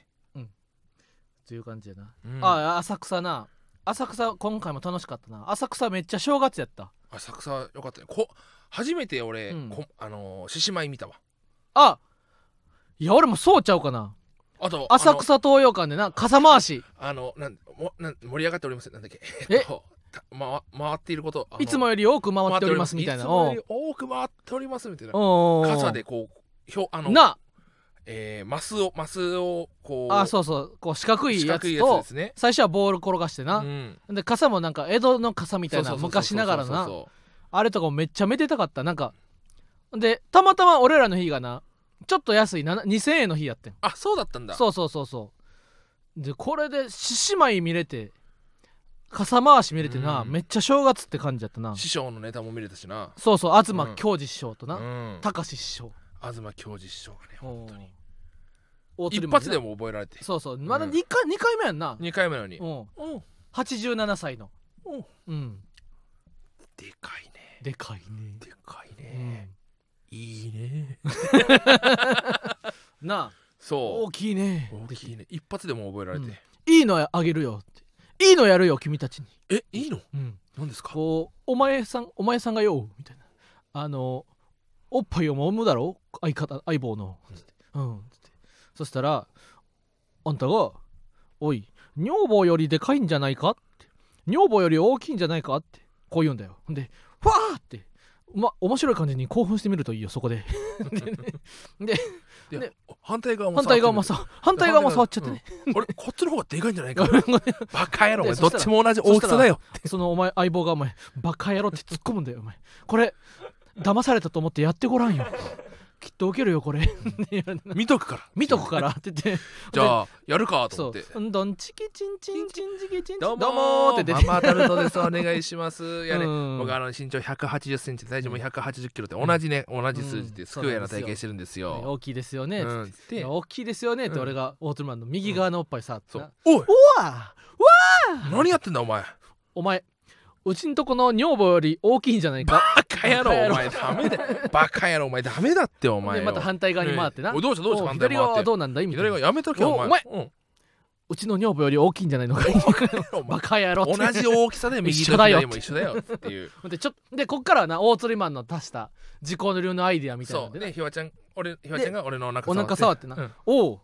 Speaker 1: という感じやな、
Speaker 2: うん
Speaker 1: あ浅草な浅草今回も楽しかったな浅草めっちゃ正月やった
Speaker 2: 浅草よかったねこ初めて俺、
Speaker 1: うん
Speaker 2: こあのー獅子舞見たわ
Speaker 1: あいや俺もそうちゃうかな
Speaker 2: あと
Speaker 1: 浅草東洋館でな傘回し
Speaker 2: あのあのなんもなん盛り上がっておりませんなんだっけ
Speaker 1: え
Speaker 2: えっとたま回っていることあの
Speaker 1: いつもより多く回っておりますみたい
Speaker 2: い
Speaker 1: な
Speaker 2: つもよ
Speaker 1: お
Speaker 2: り多く回っておりますみたいな
Speaker 1: お
Speaker 2: 傘でこうひょあの
Speaker 1: な
Speaker 2: えー、マスをマスをこう
Speaker 1: あそうそうこう四角い
Speaker 2: 四
Speaker 1: や
Speaker 2: 角い
Speaker 1: つ
Speaker 2: やつ
Speaker 1: と
Speaker 2: ですね
Speaker 1: 最初はボール転がしてな、
Speaker 2: うん
Speaker 1: で傘もなんか江戸の傘みたい
Speaker 2: そう
Speaker 1: な
Speaker 2: そうそうそう
Speaker 1: 昔ながらのな
Speaker 2: そうそう
Speaker 1: あれとかもめっちゃめでたかったなんかでたまたま俺らの日がなちょっと安いなな2000円の日やってん
Speaker 2: あそうだったんだ
Speaker 1: そうそうそうそうでこれで獅子舞見れて傘回し見れてな、
Speaker 2: うん
Speaker 1: めっちゃ正月って感じやったな
Speaker 2: 師匠のネタも見れたしな
Speaker 1: そうそう
Speaker 2: う
Speaker 1: 東
Speaker 2: ん
Speaker 1: 京二師匠と
Speaker 2: う
Speaker 1: な、
Speaker 2: ん
Speaker 1: 高志師匠
Speaker 2: 東教授師匠がね本当に
Speaker 1: 大
Speaker 2: 一
Speaker 1: 鶴
Speaker 2: 発で
Speaker 1: も
Speaker 2: も覚えられて
Speaker 1: そうそうまだ
Speaker 2: うん
Speaker 1: 2回,、二回目やんな、
Speaker 2: 二回目なのに
Speaker 1: うん、
Speaker 2: うん
Speaker 1: 87歳の
Speaker 2: うん
Speaker 1: うん
Speaker 2: でかいね
Speaker 1: でかいね、
Speaker 2: でかい
Speaker 1: うん
Speaker 2: ね、いいね
Speaker 1: なあ
Speaker 2: そう
Speaker 1: 大きいね
Speaker 2: 大きいね一発でも覚えられて、
Speaker 1: いいのあげるよっていいのやるよ君たちに、
Speaker 2: えいいの
Speaker 1: うん、
Speaker 2: 何ですか
Speaker 1: こうお前さんお前さんがよみたいなあのおっぱいを揉むだろ相方相棒のつってうんつってそしたらあんたが「おい女房よりでかいんじゃないか?」って「女房より大きいんじゃないか?」ってこう言うんだよほんで「わー!」ってま面白い感じに興奮してみるといいよそこででね
Speaker 2: で
Speaker 1: ね
Speaker 2: 反対側も
Speaker 1: 反対側も
Speaker 2: 触っ
Speaker 1: さ反対側も触っちゃってね、
Speaker 2: てみる俺こっちの方がでかいんじゃないかバカ野郎お前
Speaker 1: でそ
Speaker 2: どっ
Speaker 1: したら
Speaker 2: ちも同じ大きさだよ
Speaker 1: そのお前相棒がお前バカ野郎って突っ込むんだよお前これ騙されたと思ってやってごらんよきっと受けるよこれ
Speaker 2: 見とくから
Speaker 1: 見とくからって言って
Speaker 2: じゃあやるかと
Speaker 1: そ
Speaker 2: 思
Speaker 1: う
Speaker 2: って
Speaker 1: うんどんちきちんちんちんちきちん
Speaker 2: どうも
Speaker 1: どうもーって出て
Speaker 2: ママタルトですお願いしますいやね
Speaker 1: うん
Speaker 2: 僕あの身長1 8 0ンチ体重も1 8 0キロって同じね同じ数字
Speaker 1: う
Speaker 2: で
Speaker 1: ん
Speaker 2: スクエアな体型してるんですよ
Speaker 1: 大きいですよ
Speaker 2: う
Speaker 1: ね、
Speaker 2: んで
Speaker 1: 大きいですよねって
Speaker 2: うん
Speaker 1: 俺がオートルマンの右側のおっぱいさ、
Speaker 2: そ
Speaker 1: な
Speaker 2: うおい
Speaker 1: おわ
Speaker 2: 何やってんだお前
Speaker 1: お前うちんとこの女房より大きいんじゃないか
Speaker 2: バカ野郎
Speaker 1: バカ野郎
Speaker 2: お前ダメだよバカ野郎お前ダメだってお
Speaker 1: で
Speaker 2: 前よ
Speaker 1: また反対側に回ってな、
Speaker 2: ねおいどうしたどうした
Speaker 1: お
Speaker 2: 反対
Speaker 1: 左
Speaker 2: 回
Speaker 1: 側
Speaker 2: って
Speaker 1: はどうなんだいみたい
Speaker 2: 左
Speaker 1: な
Speaker 2: 側やめとけよ
Speaker 1: お
Speaker 2: お
Speaker 1: う
Speaker 2: 前うん
Speaker 1: うちの女房より大きいんじゃないのか
Speaker 2: お前
Speaker 1: バカ野郎って
Speaker 2: 同じ大きさで右
Speaker 1: 一
Speaker 2: と
Speaker 1: 緒だよ
Speaker 2: 左も一緒だよっていう
Speaker 1: でちょでこっからはな大釣りマンの足した自己流のアイデ アみたいな
Speaker 2: そ
Speaker 1: ん
Speaker 2: う
Speaker 1: でね
Speaker 2: ねひわちゃん俺ひわちゃんが俺のお腹
Speaker 1: お
Speaker 2: 触って
Speaker 1: 腹触ってな、
Speaker 2: うん
Speaker 1: おう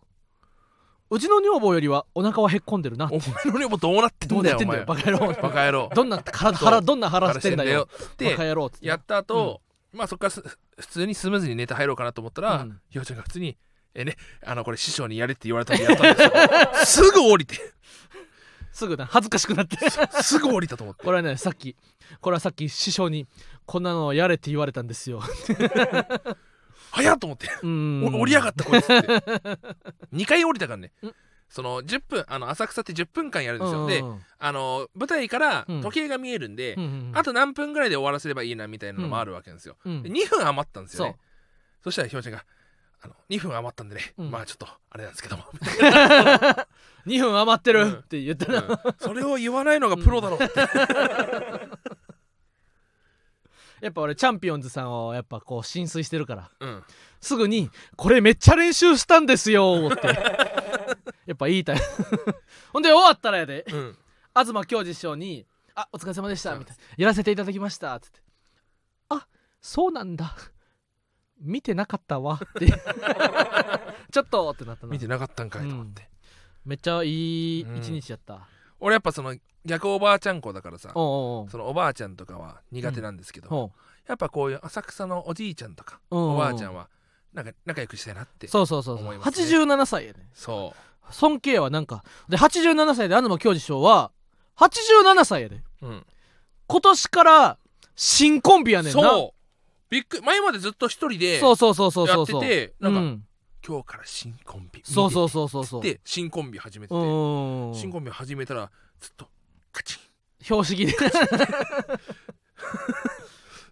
Speaker 1: うちの女房よりはお腹はへっこんでるな
Speaker 2: お前の量もどうなって
Speaker 1: ど
Speaker 2: ん
Speaker 1: うな
Speaker 2: だ
Speaker 1: っ
Speaker 2: よ
Speaker 1: て
Speaker 2: お
Speaker 1: んだよ
Speaker 2: 前
Speaker 1: バカ野郎
Speaker 2: バカ野郎
Speaker 1: どんな腹
Speaker 2: そ
Speaker 1: 腹
Speaker 2: う
Speaker 1: どんな腹してんだよ
Speaker 2: 腹してん
Speaker 1: バ
Speaker 2: だ
Speaker 1: カ
Speaker 2: よ
Speaker 1: 野郎っつって
Speaker 2: やった後まあそっからす普通にスムーズにネタ入ろうかなと思った
Speaker 1: う
Speaker 2: ら
Speaker 1: ん
Speaker 2: ひわちゃんが普通にえねあのこれ師匠にやれって言われたんでやったんで すよすぐ降りて
Speaker 1: すぐな恥ずかしくなって
Speaker 2: すぐ降りたと思って
Speaker 1: これはねさっきこれはさっき師匠にこんなのやれって言われたんですよ
Speaker 2: 早っと思って
Speaker 1: うん
Speaker 2: お降りやがったこいつって 2回降りたからね
Speaker 1: うん
Speaker 2: その10分あの浅草って10分間やるん
Speaker 1: う
Speaker 2: です
Speaker 1: ん
Speaker 2: よ
Speaker 1: うん
Speaker 2: であの舞台から
Speaker 1: うん
Speaker 2: 時計が見えるんで、
Speaker 1: うんうん
Speaker 2: あと何分ぐらいで終わらせればいいなみたいなのもあるわけなんですよ、
Speaker 1: うん
Speaker 2: で2分余ったんですよ
Speaker 1: そう
Speaker 2: ねそしたらひまちゃんがあの「2分余ったんでね、
Speaker 1: うん
Speaker 2: まあちょっとあれなんですけ ども」
Speaker 1: 2分余ってる、
Speaker 2: うん
Speaker 1: って言った
Speaker 2: う
Speaker 1: ら、
Speaker 2: んそれを言わないのがプロだろうって、
Speaker 1: やっぱ俺チャンピオンズさんをやっぱこう浸水してるから
Speaker 2: うん
Speaker 1: すぐに「これめっちゃ練習したんですよ」 ってやっぱ言いたい ほんで終わったらやで
Speaker 2: うん
Speaker 1: 東京次師匠に「あお疲れ様でした」
Speaker 2: そう
Speaker 1: み
Speaker 2: なん
Speaker 1: た
Speaker 2: で
Speaker 1: いな「やらせていただきました」っつって「あそうなんだ見てなかったわ」って ちょっとってなったな
Speaker 2: 見てなかったんかいと思って、
Speaker 1: めっちゃいい
Speaker 2: うん
Speaker 1: 一日やった、
Speaker 2: 俺やっぱその逆おばあちゃん子だからさ
Speaker 1: おうおう
Speaker 2: そのおばあちゃんとかは苦手なんですけど、
Speaker 1: おう
Speaker 2: やっぱこういう浅草のおじいちゃんとか、
Speaker 1: うんうんうん
Speaker 2: おばあちゃんはなんか仲良くしたいなって
Speaker 1: そうそうそうそう、
Speaker 2: 思いますね
Speaker 1: 87歳やね
Speaker 2: そ
Speaker 1: 尊敬はなんかで87歳で東京次師匠は87歳やで
Speaker 2: う、うん、
Speaker 1: 今年から新コンビやねんな
Speaker 2: そうびっくり前までずっと一人で
Speaker 1: そ
Speaker 2: や
Speaker 1: うそうそうそうそ
Speaker 2: っ
Speaker 1: う
Speaker 2: て
Speaker 1: そう
Speaker 2: て
Speaker 1: う
Speaker 2: なんか、
Speaker 1: ん
Speaker 2: 今日から新コンビ
Speaker 1: そうそううそうそうそう
Speaker 2: で新コンビ始めて
Speaker 1: う
Speaker 2: て
Speaker 1: ん
Speaker 2: 新コンビ始めたらずっとカチン
Speaker 1: 標識で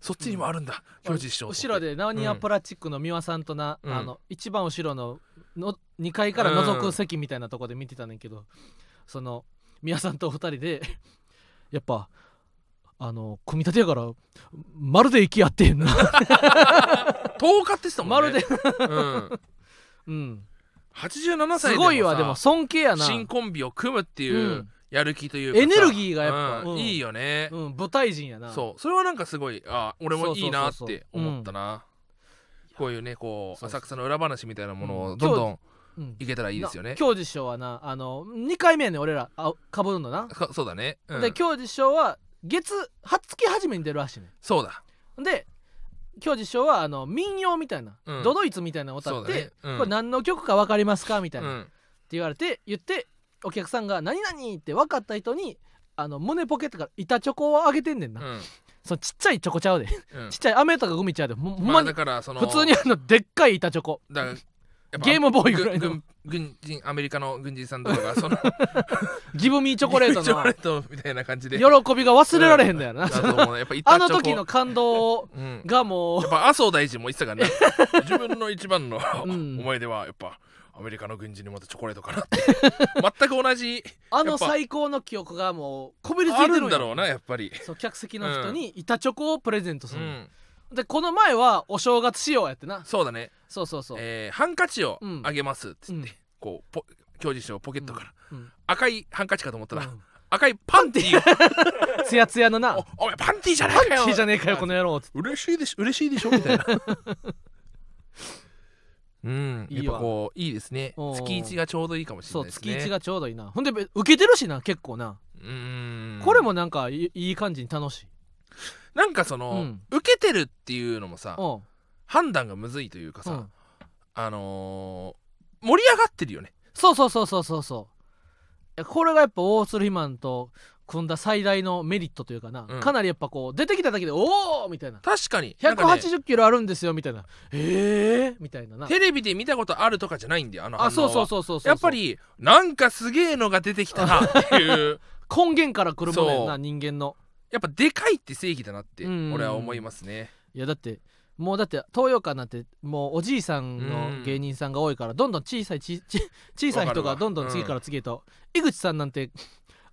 Speaker 2: そっちにもあるんだ表示しようと思って
Speaker 1: 後ろでナオニアプラチックの美輪さんとな、
Speaker 2: うん
Speaker 1: あの一番後ろのの2階から覗く席みたいなとこで見てたねんけど、その美輪さんとお二人でやっぱあの組み立てやからまるで息合ってんな
Speaker 2: 10日って言ってたも
Speaker 1: ま
Speaker 2: ん
Speaker 1: る
Speaker 2: ね
Speaker 1: で、
Speaker 2: うん、
Speaker 1: うん、
Speaker 2: 87 歳
Speaker 1: す
Speaker 2: で
Speaker 1: ごいわでも
Speaker 2: さ
Speaker 1: 尊敬やな、
Speaker 2: 新コンビを組むっていう、
Speaker 1: うん
Speaker 2: やる気というかさ
Speaker 1: エネルギーがやっぱ
Speaker 2: うん
Speaker 1: うん
Speaker 2: いいよね、
Speaker 1: うん、舞台人やな
Speaker 2: そうそれはなんかすごいあ俺もいいなっ
Speaker 1: そうそうそう
Speaker 2: て
Speaker 1: そう
Speaker 2: 思ったなこういうねこう
Speaker 1: そうそう
Speaker 2: 浅草の裏話みたいなもの
Speaker 1: う
Speaker 2: を
Speaker 1: ん
Speaker 2: どんどん
Speaker 1: うん、
Speaker 2: いけたらいいですよね
Speaker 1: な教授師匠はなあの2回目やねん俺らあかぶるのな、
Speaker 2: かそうだね、うん
Speaker 1: で教授師匠は月20日初めに出るらしいねん
Speaker 2: そうだ
Speaker 1: で教授師匠はあの民謡みたいな、
Speaker 2: うん
Speaker 1: ドドイツみたいなのを歌
Speaker 2: そ
Speaker 1: っ
Speaker 2: う
Speaker 1: て、
Speaker 2: だねうん
Speaker 1: これ何の曲か分かりますかみたいな、
Speaker 2: う
Speaker 1: って
Speaker 2: ん
Speaker 1: 言われて言ってお客さんが「何々」って分かった人にあの胸ポケットから板チョコをあげてんねん
Speaker 2: う
Speaker 1: な、
Speaker 2: ん
Speaker 1: そのちっちゃいチョコちゃうでち
Speaker 2: うん
Speaker 1: っちゃい飴とかグミちゃうでほんほん
Speaker 2: ま
Speaker 1: ま
Speaker 2: あ
Speaker 1: に
Speaker 2: だからその
Speaker 1: 普通にあのでっかい板チョコ
Speaker 2: だからやっぱ
Speaker 1: ゲームボーイぐらいの
Speaker 2: 軍軍軍人アメリカの軍人さんとかがその
Speaker 1: ギブ ミーチョコレー ト
Speaker 2: チョコレ
Speaker 1: の
Speaker 2: ートみたいな感じで
Speaker 1: 喜びが忘れられへんだよな、
Speaker 2: だと思うやっぱ板
Speaker 1: あ
Speaker 2: チョ
Speaker 1: の
Speaker 2: コ
Speaker 1: 時の感動
Speaker 2: うん
Speaker 1: がもう
Speaker 2: やっぱ麻生大臣も言ってたからね 自分の一番の
Speaker 1: うん
Speaker 2: 思い出はやっぱアメリカの軍人にまたチョコレートかな って全く同じ
Speaker 1: あの最高の記憶がもうこびりつい
Speaker 2: あ
Speaker 1: てる
Speaker 2: る
Speaker 1: ん
Speaker 2: ん
Speaker 1: よ
Speaker 2: だろうなやっぱり、
Speaker 1: そう客席の人に板チョコをプレゼントす
Speaker 2: う
Speaker 1: るの、
Speaker 2: ん、
Speaker 1: でこの前はお正月仕様やってな
Speaker 2: そうだね
Speaker 1: そうそうそう、
Speaker 2: えーハンカチを
Speaker 1: うん
Speaker 2: あげますって言って、
Speaker 1: うん
Speaker 2: こうポ教授賞ポケットから、
Speaker 1: うんうん
Speaker 2: 赤いハンカチかと思ったら、
Speaker 1: うん
Speaker 2: 赤いパンティーが
Speaker 1: ツヤツヤのな
Speaker 2: 「おお前パンティーじゃねえかよ
Speaker 1: いいじゃねえかよこの野郎つって
Speaker 2: 嬉しいでし嬉しいでしょ」みた いな。うん、
Speaker 1: い
Speaker 2: やっ
Speaker 1: い
Speaker 2: ぱ
Speaker 1: わ
Speaker 2: こういいですね
Speaker 1: おー
Speaker 2: 月一がちょうどいいかもしれ
Speaker 1: そ
Speaker 2: ないうです
Speaker 1: 月
Speaker 2: ね
Speaker 1: 1がちょうどいいなほんでべ受けてるしな結構な、
Speaker 2: うん
Speaker 1: これもなんかいいい感じに楽しい
Speaker 2: なんかその、
Speaker 1: うん
Speaker 2: 受けてるっていうのもさ
Speaker 1: おう
Speaker 2: 判断がむずいというかさ、
Speaker 1: うん
Speaker 2: あのー盛り上がってるよね
Speaker 1: そうそうそうそうそうそういやこれがやっぱ大鶴肥満と組んだ最大のメリットというかな、
Speaker 2: うん
Speaker 1: かなりやっぱこう出てきただけでおおみたいな
Speaker 2: 確かになんかね
Speaker 1: 180キロあるんですよみたいなええー、みたいなな
Speaker 2: テレビで見たことあるとかじゃないんだよあの反応は
Speaker 1: あそうそうそうそうそう
Speaker 2: やっぱりなんかすげえのが出てきたなって いう
Speaker 1: 根源から来るものや
Speaker 2: そ
Speaker 1: な
Speaker 2: う
Speaker 1: 人間の
Speaker 2: やっぱでかいって正義だなって
Speaker 1: うん
Speaker 2: 俺は思いますね
Speaker 1: いやだってもうだって東洋館なんてもうおじいさんの芸人さんが多いからどんどん小さいち ち小さい人
Speaker 2: わかる
Speaker 1: が
Speaker 2: わ
Speaker 1: どんどん次から次へと、井口さんなんて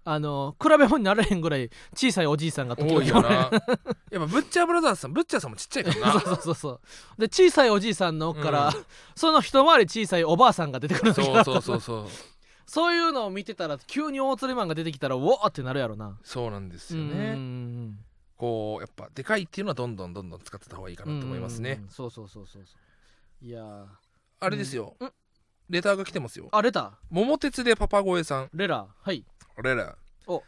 Speaker 1: あの比べ物になれへんぐらい小さいおじいさんが時
Speaker 2: 多
Speaker 1: 々
Speaker 2: いよ
Speaker 1: お
Speaker 2: な
Speaker 1: る
Speaker 2: やっぱブッチャーブラザーズさんブッチャーさんもちっちゃいから
Speaker 1: そ
Speaker 2: な
Speaker 1: うそうそうで小さいおじいさんの奥から、
Speaker 2: うん
Speaker 1: その一回り小さいおばあさんが出てくる時
Speaker 2: そうそうそうそう
Speaker 1: そういうのを見てたら急に大鶴マンが出てきたらうわーってなるやろな
Speaker 2: そうなんですよ
Speaker 1: うんうんう
Speaker 2: ね
Speaker 1: ん
Speaker 2: こうやっぱでかいっていうのはどんどんどんどん使ってた方がいいか
Speaker 1: うん
Speaker 2: なと思います
Speaker 1: うん
Speaker 2: ね
Speaker 1: うんそうそうそうそうそういやー
Speaker 2: あれですよ
Speaker 1: うん
Speaker 2: レターが来てますよ
Speaker 1: あれだ
Speaker 2: 桃鉄でパパ声さん
Speaker 1: レラはい
Speaker 2: レラ
Speaker 1: お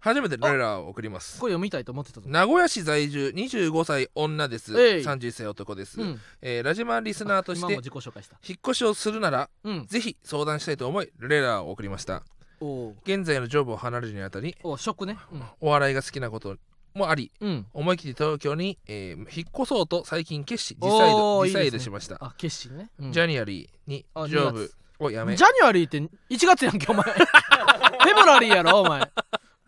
Speaker 2: 初めてレラを送ります
Speaker 1: これ読みたいと思ってたぞ
Speaker 2: 名古屋市在住25歳女です
Speaker 1: えい
Speaker 2: 31歳男です、
Speaker 1: うん
Speaker 2: えーラジマンリスナーとし
Speaker 1: 今
Speaker 2: て
Speaker 1: も自己紹介した
Speaker 2: 引っ越しをするなら
Speaker 1: うん
Speaker 2: ぜひ相談したいと思いレラを送りました
Speaker 1: おお
Speaker 2: 現在のジョブを離れるにあたり
Speaker 1: おショックね
Speaker 2: お笑いが好きなこともあり
Speaker 1: うん、うん、
Speaker 2: 思い切り東京に、えー引っ越そうと最近決心リサイド
Speaker 1: おー
Speaker 2: リサ
Speaker 1: い
Speaker 2: イ
Speaker 1: いですね
Speaker 2: ドしました
Speaker 1: あ決心ね、うん
Speaker 2: ジャニアリーに
Speaker 1: あ
Speaker 2: ジョブをやめ
Speaker 1: ジャニュアリーって1月やんけお前 フェブラリーやろお前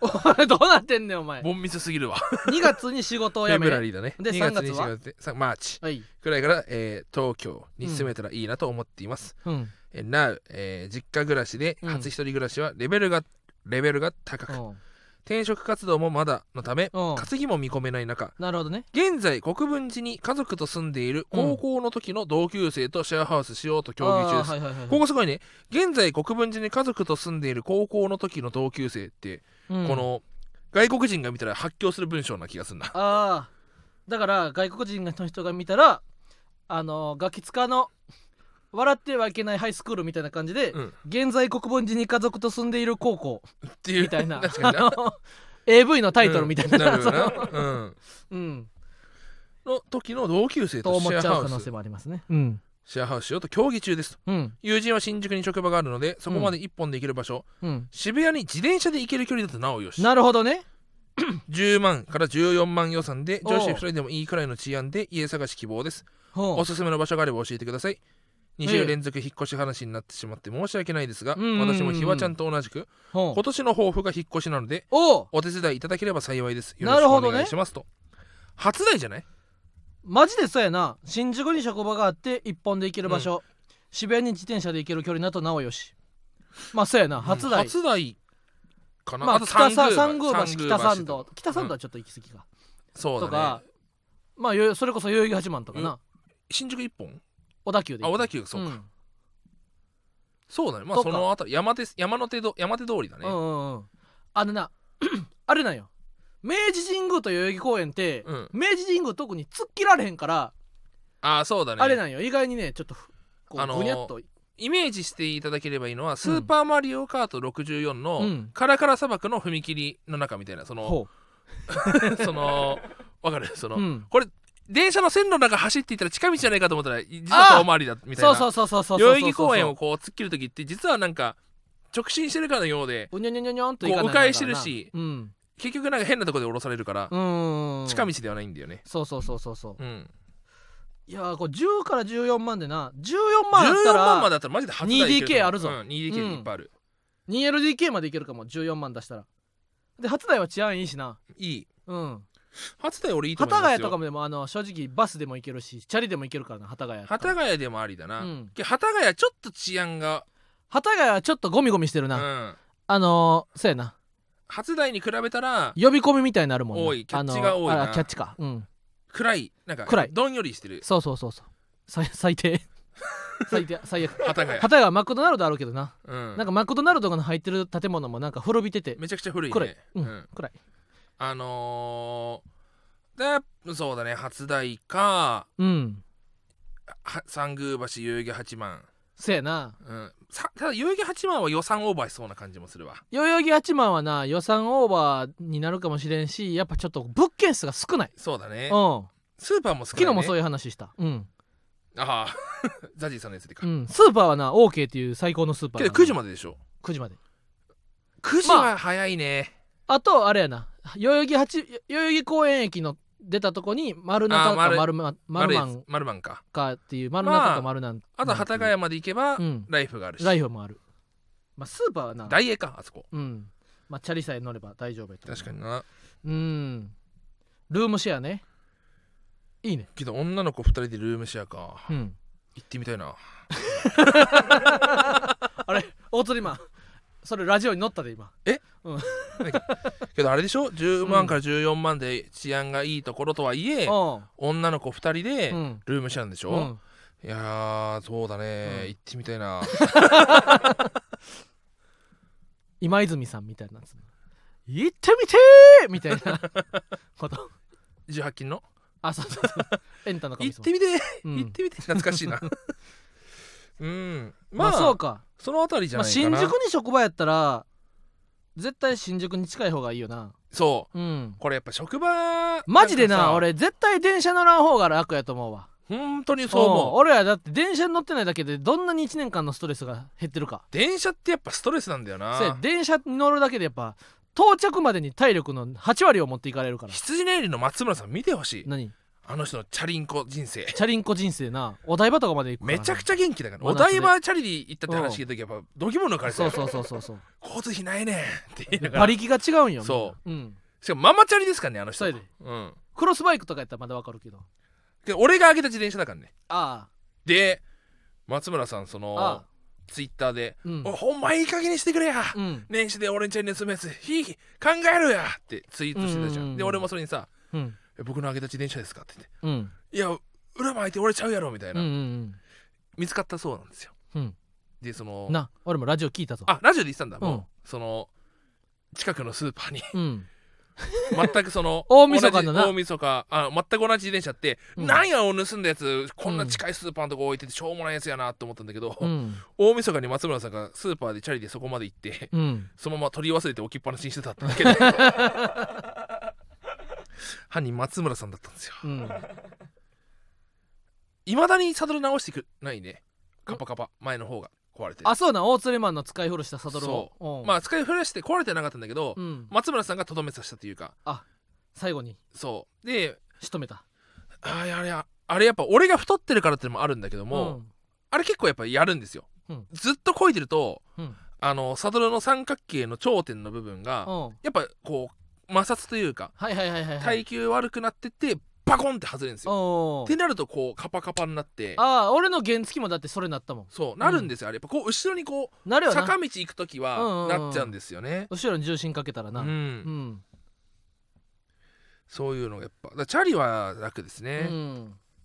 Speaker 1: お前どうなってんねんお前2
Speaker 2: ボンミスすぎるわ
Speaker 1: 月に仕事を
Speaker 2: フ
Speaker 1: 辞
Speaker 2: ェ
Speaker 1: め
Speaker 2: ブラ
Speaker 1: る
Speaker 2: リーだね
Speaker 1: で
Speaker 2: 2
Speaker 1: 3
Speaker 2: 月
Speaker 1: 月
Speaker 2: に
Speaker 1: は
Speaker 2: 4マーチ
Speaker 1: はい
Speaker 2: くらいから、えー東京に住めたらいいなと思っています、
Speaker 1: うん
Speaker 2: えー Now、えー実家暮らしで
Speaker 1: うん
Speaker 2: 初一人暮らしはレベルが、レベルが高く、
Speaker 1: うん
Speaker 2: 転職活動もまだのため、
Speaker 1: うん
Speaker 2: 稼ぎも見込めない中
Speaker 1: なるほどね
Speaker 2: 現在国分寺に家族と住んでいる高校の時の同級生とシェアハウスしようと協議中です、
Speaker 1: あーはいはいはい
Speaker 2: ここすごいね現在国分寺に家族と住んでいる高校の時の同級生って、
Speaker 1: うん
Speaker 2: この外国人が見たら発狂する文章な気がするな
Speaker 1: ああだから外国人の人が見たらあのガキ使の笑ってはいけないハイスクールみたいな感じで、
Speaker 2: うん
Speaker 1: 現在国分寺に家族と住んでいる高校
Speaker 2: っていう
Speaker 1: みたいな
Speaker 2: 確かにな
Speaker 1: あの AV のタイトルみたいな,、
Speaker 2: うんなるよな
Speaker 1: その
Speaker 2: うん
Speaker 1: うん、
Speaker 2: の時の同級生
Speaker 1: と
Speaker 2: とシ
Speaker 1: 思
Speaker 2: ェ
Speaker 1: っ
Speaker 2: ア
Speaker 1: ちゃ
Speaker 2: ハ
Speaker 1: う可
Speaker 2: ウ
Speaker 1: 能
Speaker 2: ス
Speaker 1: 性もありますねうん
Speaker 2: シェアハウスしようと協議中ですと
Speaker 1: うん
Speaker 2: 友人は新宿に職場があるのでそこまで一本で行ける場所、
Speaker 1: うん
Speaker 2: 渋谷に自転車で行ける距離だとなおよし
Speaker 1: なるほどね
Speaker 2: 10万から14万予算で
Speaker 1: お
Speaker 2: 女子2人でもいいくらいの治安で家探し希望です
Speaker 1: ほう
Speaker 2: おすすめの場所があれば教えてください2
Speaker 1: え
Speaker 2: 週
Speaker 1: え
Speaker 2: 連続引っ越し話になってしまって申し訳ないですが
Speaker 1: うんうんうんうん
Speaker 2: 私もひわちゃんと同じく
Speaker 1: ほう
Speaker 2: 今年の抱負が引っ越しなので
Speaker 1: おう
Speaker 2: お手伝いいただければ幸いですよろ
Speaker 1: な
Speaker 2: し
Speaker 1: る
Speaker 2: く
Speaker 1: ほ
Speaker 2: お
Speaker 1: どね
Speaker 2: 願いしますと初代じゃない
Speaker 1: マジでそうやな新宿に職場があって一本で行ける場所、渋谷に自転車で行ける距離なとなおよしまあそうやな初台、
Speaker 2: 初代かな
Speaker 1: まあ
Speaker 2: あと
Speaker 1: 北さ
Speaker 2: 三
Speaker 1: 三
Speaker 2: 宮
Speaker 1: 宮
Speaker 2: 橋
Speaker 1: 橋北参
Speaker 2: と
Speaker 1: 道北参道はちょっと行き過ぎか、
Speaker 2: そう
Speaker 1: と
Speaker 2: だ
Speaker 1: か
Speaker 2: ね
Speaker 1: まあよそれこそ代々木八幡とかな、
Speaker 2: 新宿一本
Speaker 1: 小田急で
Speaker 2: あ
Speaker 1: 行
Speaker 2: 小
Speaker 1: く
Speaker 2: 田急がそうか
Speaker 1: ん
Speaker 2: そうだねまあ
Speaker 1: と
Speaker 2: そ
Speaker 1: か
Speaker 2: のあたり山手山の手ど山手通りだね
Speaker 1: うんうんうんあのな あれなんよ明治神宮と代々木公園って、
Speaker 2: うん
Speaker 1: 明治神宮特に突っ切られへんから、
Speaker 2: ああそうだね
Speaker 1: あれなんよ意外にねちょっとふこう、
Speaker 2: あのー
Speaker 1: ぐにゃっと
Speaker 2: イメージしていただければいいのは「スーパーマリオカート64」
Speaker 1: う
Speaker 2: の
Speaker 1: ん
Speaker 2: カラカラ砂漠の踏切の中みたいなその
Speaker 1: ほ、
Speaker 2: そのわかるそうの、
Speaker 1: うん、
Speaker 2: これ電車の線路の中走っていったら近道じゃないかと思ったら実は遠回りだみたい
Speaker 1: そう
Speaker 2: な
Speaker 1: そうそうそうそうそう
Speaker 2: 代々木公園をこう突っ切る時って実はなんか直進してるかのようで
Speaker 1: うにょにょにょにょんと行かない
Speaker 2: こう迂回してるし
Speaker 1: うん
Speaker 2: 結局なんか変なとこで降ろされるから、
Speaker 1: うん
Speaker 2: 近道ではないんだよね。
Speaker 1: そうそうそうそうそう
Speaker 2: うん、
Speaker 1: いやーこれ10から14万でな14万あった
Speaker 2: 14万
Speaker 1: ら
Speaker 2: までだったらマジで初台行け
Speaker 1: 2DK あるぞ
Speaker 2: うん、2DK でいっぱいある、
Speaker 1: 2LDK までいけるかも14万出したらで初台は治安いいしない
Speaker 2: い
Speaker 1: うん
Speaker 2: 初台俺いいと思い
Speaker 1: 幡
Speaker 2: ま
Speaker 1: ヶ
Speaker 2: す
Speaker 1: 谷とか
Speaker 2: よ
Speaker 1: もでもあの正直バスでも行けるしチャリでも行けるからな幡ヶ谷
Speaker 2: 幡ヶ谷でもありだな、
Speaker 1: うん
Speaker 2: けど幡ヶ谷ちょっと治安が、
Speaker 1: 幡ヶ谷はちょっとゴミゴミしてる
Speaker 2: う
Speaker 1: な、
Speaker 2: ん、
Speaker 1: あのー、そうやな
Speaker 2: 初台に比べたら
Speaker 1: 呼び込みみたいになるもんな
Speaker 2: 多いキャッチが多いな
Speaker 1: あのーあキャッチかうん
Speaker 2: 暗いなんか
Speaker 1: 暗い
Speaker 2: どんよりしてる
Speaker 1: そうそうそうそう最 最 低最低最悪
Speaker 2: 幡ヶ
Speaker 1: 幡ヶ谷はマクドナルドあるけどな、
Speaker 2: 谷、うん、
Speaker 1: なんかマクドナルドが入ってる建物もなんか滅びてて
Speaker 2: めちゃくちゃ古いね
Speaker 1: 暗い、うん
Speaker 2: うん
Speaker 1: 暗い
Speaker 2: あのー、でそうだね初台か
Speaker 1: うん
Speaker 2: は三宮橋代々木八幡、
Speaker 1: せやな
Speaker 2: うん、さただ代々木八幡は予算オーバーしそうな感じもするわ
Speaker 1: 代々木八幡はな予算オーバーになるかもしれんしやっぱちょっと物件数が少ない、
Speaker 2: そうだね
Speaker 1: うん
Speaker 2: スーパーも少な
Speaker 1: 昨
Speaker 2: い、ね、
Speaker 1: 日もそういう話した、うん、
Speaker 2: ああ ザジーさんのやつでか、
Speaker 1: うん、スーパーはな OK っていう最高のスーパー
Speaker 2: けど9時
Speaker 1: ま
Speaker 2: まででしょ
Speaker 1: で9時まで
Speaker 2: 9時は早いね、
Speaker 1: あとあれやな代々木八代々木公園駅の出たとこに丸中
Speaker 2: あー
Speaker 1: か
Speaker 2: 丸
Speaker 1: 丸ま丸
Speaker 2: 丸
Speaker 1: マ
Speaker 2: マン
Speaker 1: ン
Speaker 2: 丸マンか
Speaker 1: かっていう丸中
Speaker 2: まあ
Speaker 1: か丸なん
Speaker 2: あと幡
Speaker 1: な
Speaker 2: ヶ
Speaker 1: んて
Speaker 2: 谷まで行けば、
Speaker 1: うん
Speaker 2: ライフがある
Speaker 1: い
Speaker 2: し
Speaker 1: うライフもあるまあスーパーはな
Speaker 2: ダイエーかあそこ
Speaker 1: うんまあチャリさえ乗れば大丈夫やと思う
Speaker 2: 確かにな
Speaker 1: うんルームシェアねいいね
Speaker 2: けど女の子2人でルームシェアか、
Speaker 1: うん
Speaker 2: 行ってみたいな
Speaker 1: あれ大鳥マンそれラジオに乗ったで今
Speaker 2: けどあれでしょ10万
Speaker 1: うん
Speaker 2: から14万で治安がいいところとはいえ、
Speaker 1: う
Speaker 2: 女の子2人で
Speaker 1: んうん
Speaker 2: ルームシェアなんでしょ、
Speaker 1: うん
Speaker 2: いやーそうだね、
Speaker 1: うん
Speaker 2: 行ってみた いな
Speaker 1: 今泉さんみたいなやつ行ってみてーみたいな こと
Speaker 2: 18金の
Speaker 1: あそうそうそうエンタの神
Speaker 2: 行っ
Speaker 1: 様
Speaker 2: てみて、
Speaker 1: うん
Speaker 2: 行ってみて懐か しいなうん
Speaker 1: ま
Speaker 2: まあ、
Speaker 1: あ、そうか、
Speaker 2: そのあたりじゃ
Speaker 1: まあ、
Speaker 2: ないかな、
Speaker 1: 新宿に職場やったら絶対新宿に近い方がいいよな
Speaker 2: そう
Speaker 1: うん
Speaker 2: これやっぱ職場
Speaker 1: マジでなん
Speaker 2: かさ
Speaker 1: 俺絶対電車乗らん方が楽やと思うわ
Speaker 2: 本当にそう思うん
Speaker 1: 俺らだって電車に乗ってないだけでどんなに1年間のストレスが減ってるか
Speaker 2: 電車ってやっぱストレスなんだよ
Speaker 1: そうや
Speaker 2: な
Speaker 1: 電車に乗るだけでやっぱ到着までに体力の8割を持っていかれるから
Speaker 2: 羊ネイルの松村さん見てほしい
Speaker 1: 何
Speaker 2: あの人のチャリンコ人生
Speaker 1: チャリンコ人生なお台場とかまで行くから
Speaker 2: め
Speaker 1: な
Speaker 2: ちゃくちゃ元気だから
Speaker 1: 真
Speaker 2: お
Speaker 1: 夏ね
Speaker 2: 台場チャリで行ったって話聞いた時やっぱ度肝抜かれてた
Speaker 1: そう
Speaker 2: よ
Speaker 1: そうそうそう そう
Speaker 2: 交通費ないねんって言いなが
Speaker 1: 馬
Speaker 2: ら
Speaker 1: 力が違うんよ、
Speaker 2: そう
Speaker 1: うん、
Speaker 2: しかもママチャリですからねあの人
Speaker 1: そうやで
Speaker 2: うん
Speaker 1: クロスバイクとかやったらまだわかるけど
Speaker 2: で俺が上げた自転車だからね
Speaker 1: あ
Speaker 2: で松村さんそ
Speaker 1: あああ
Speaker 2: のツイッターで
Speaker 1: うん
Speaker 2: 「おいほんまいい加減にしてくれや
Speaker 1: うん
Speaker 2: 年始で俺んチャリ盗むやつひいひい考えろや!」ってツイートしてたじゃ
Speaker 1: うんうんうんん
Speaker 2: で俺もそれにさ
Speaker 1: うん
Speaker 2: 「え僕の上げた自転車ですか?」って言って
Speaker 1: うん
Speaker 2: いや裏巻いて俺ちゃうやろみたい
Speaker 1: うんう
Speaker 2: な、
Speaker 1: ん
Speaker 2: 見つかったそうなんですよ
Speaker 1: うん
Speaker 2: でその
Speaker 1: うんな俺もラジオ聞いたぞ
Speaker 2: あラジオで言ってたんだもう、
Speaker 1: うん
Speaker 2: その近くのスーパーに
Speaker 1: うん
Speaker 2: 全くその
Speaker 1: 大晦日のな
Speaker 2: 同じ大晦日あ全く同じ自転車って、
Speaker 1: うん
Speaker 2: なんやを盗んだやつこんな近いスーパーのとこ置いててしょうもないやつやなと思ったんだけど、
Speaker 1: うん
Speaker 2: 大晦日に松村さんがスーパーでチャリでそこまで行って
Speaker 1: うん
Speaker 2: そのまま取り忘れて置きっぱなしにしてたってだけで 犯人松村さんだったんですよ
Speaker 1: うん
Speaker 2: いまだにサドル直してくないねカパカパ前の方が壊れて
Speaker 1: あそうなん大釣りマンの使い古したサドルを
Speaker 2: そううんまあ使い古して壊れてなかったんだけど、
Speaker 1: うん、
Speaker 2: 松村さんがとどめさせたというか
Speaker 1: 最後に
Speaker 2: そうで
Speaker 1: 仕留めた
Speaker 2: あれあれああれやっぱ俺が太ってるからってのもあるんだけども、
Speaker 1: ん
Speaker 2: あれ結構やっぱやるんですよ、
Speaker 1: うん
Speaker 2: ずっと漕いでると
Speaker 1: うん
Speaker 2: あのサドルの三角形の頂点の部分が、
Speaker 1: うん
Speaker 2: やっぱこう摩擦というか
Speaker 1: はいはいはいはいはい
Speaker 2: 耐久悪くなってってバコンって外れるんですよ。
Speaker 1: お
Speaker 2: っ
Speaker 1: ー
Speaker 2: てなるとこうカパカパになって
Speaker 1: ああ俺の原付もだってそれなったもん
Speaker 2: そうなるんですよ、あれやっぱこう後ろにこ
Speaker 1: なる
Speaker 2: う
Speaker 1: よな
Speaker 2: 坂道行く時
Speaker 1: うんうんう
Speaker 2: は
Speaker 1: ん
Speaker 2: なっちゃうんですよね。
Speaker 1: 後ろに重心かけたら
Speaker 2: う
Speaker 1: なうん、
Speaker 2: ん、
Speaker 1: うん
Speaker 2: そういうのがやっぱだからチャリは楽ですね、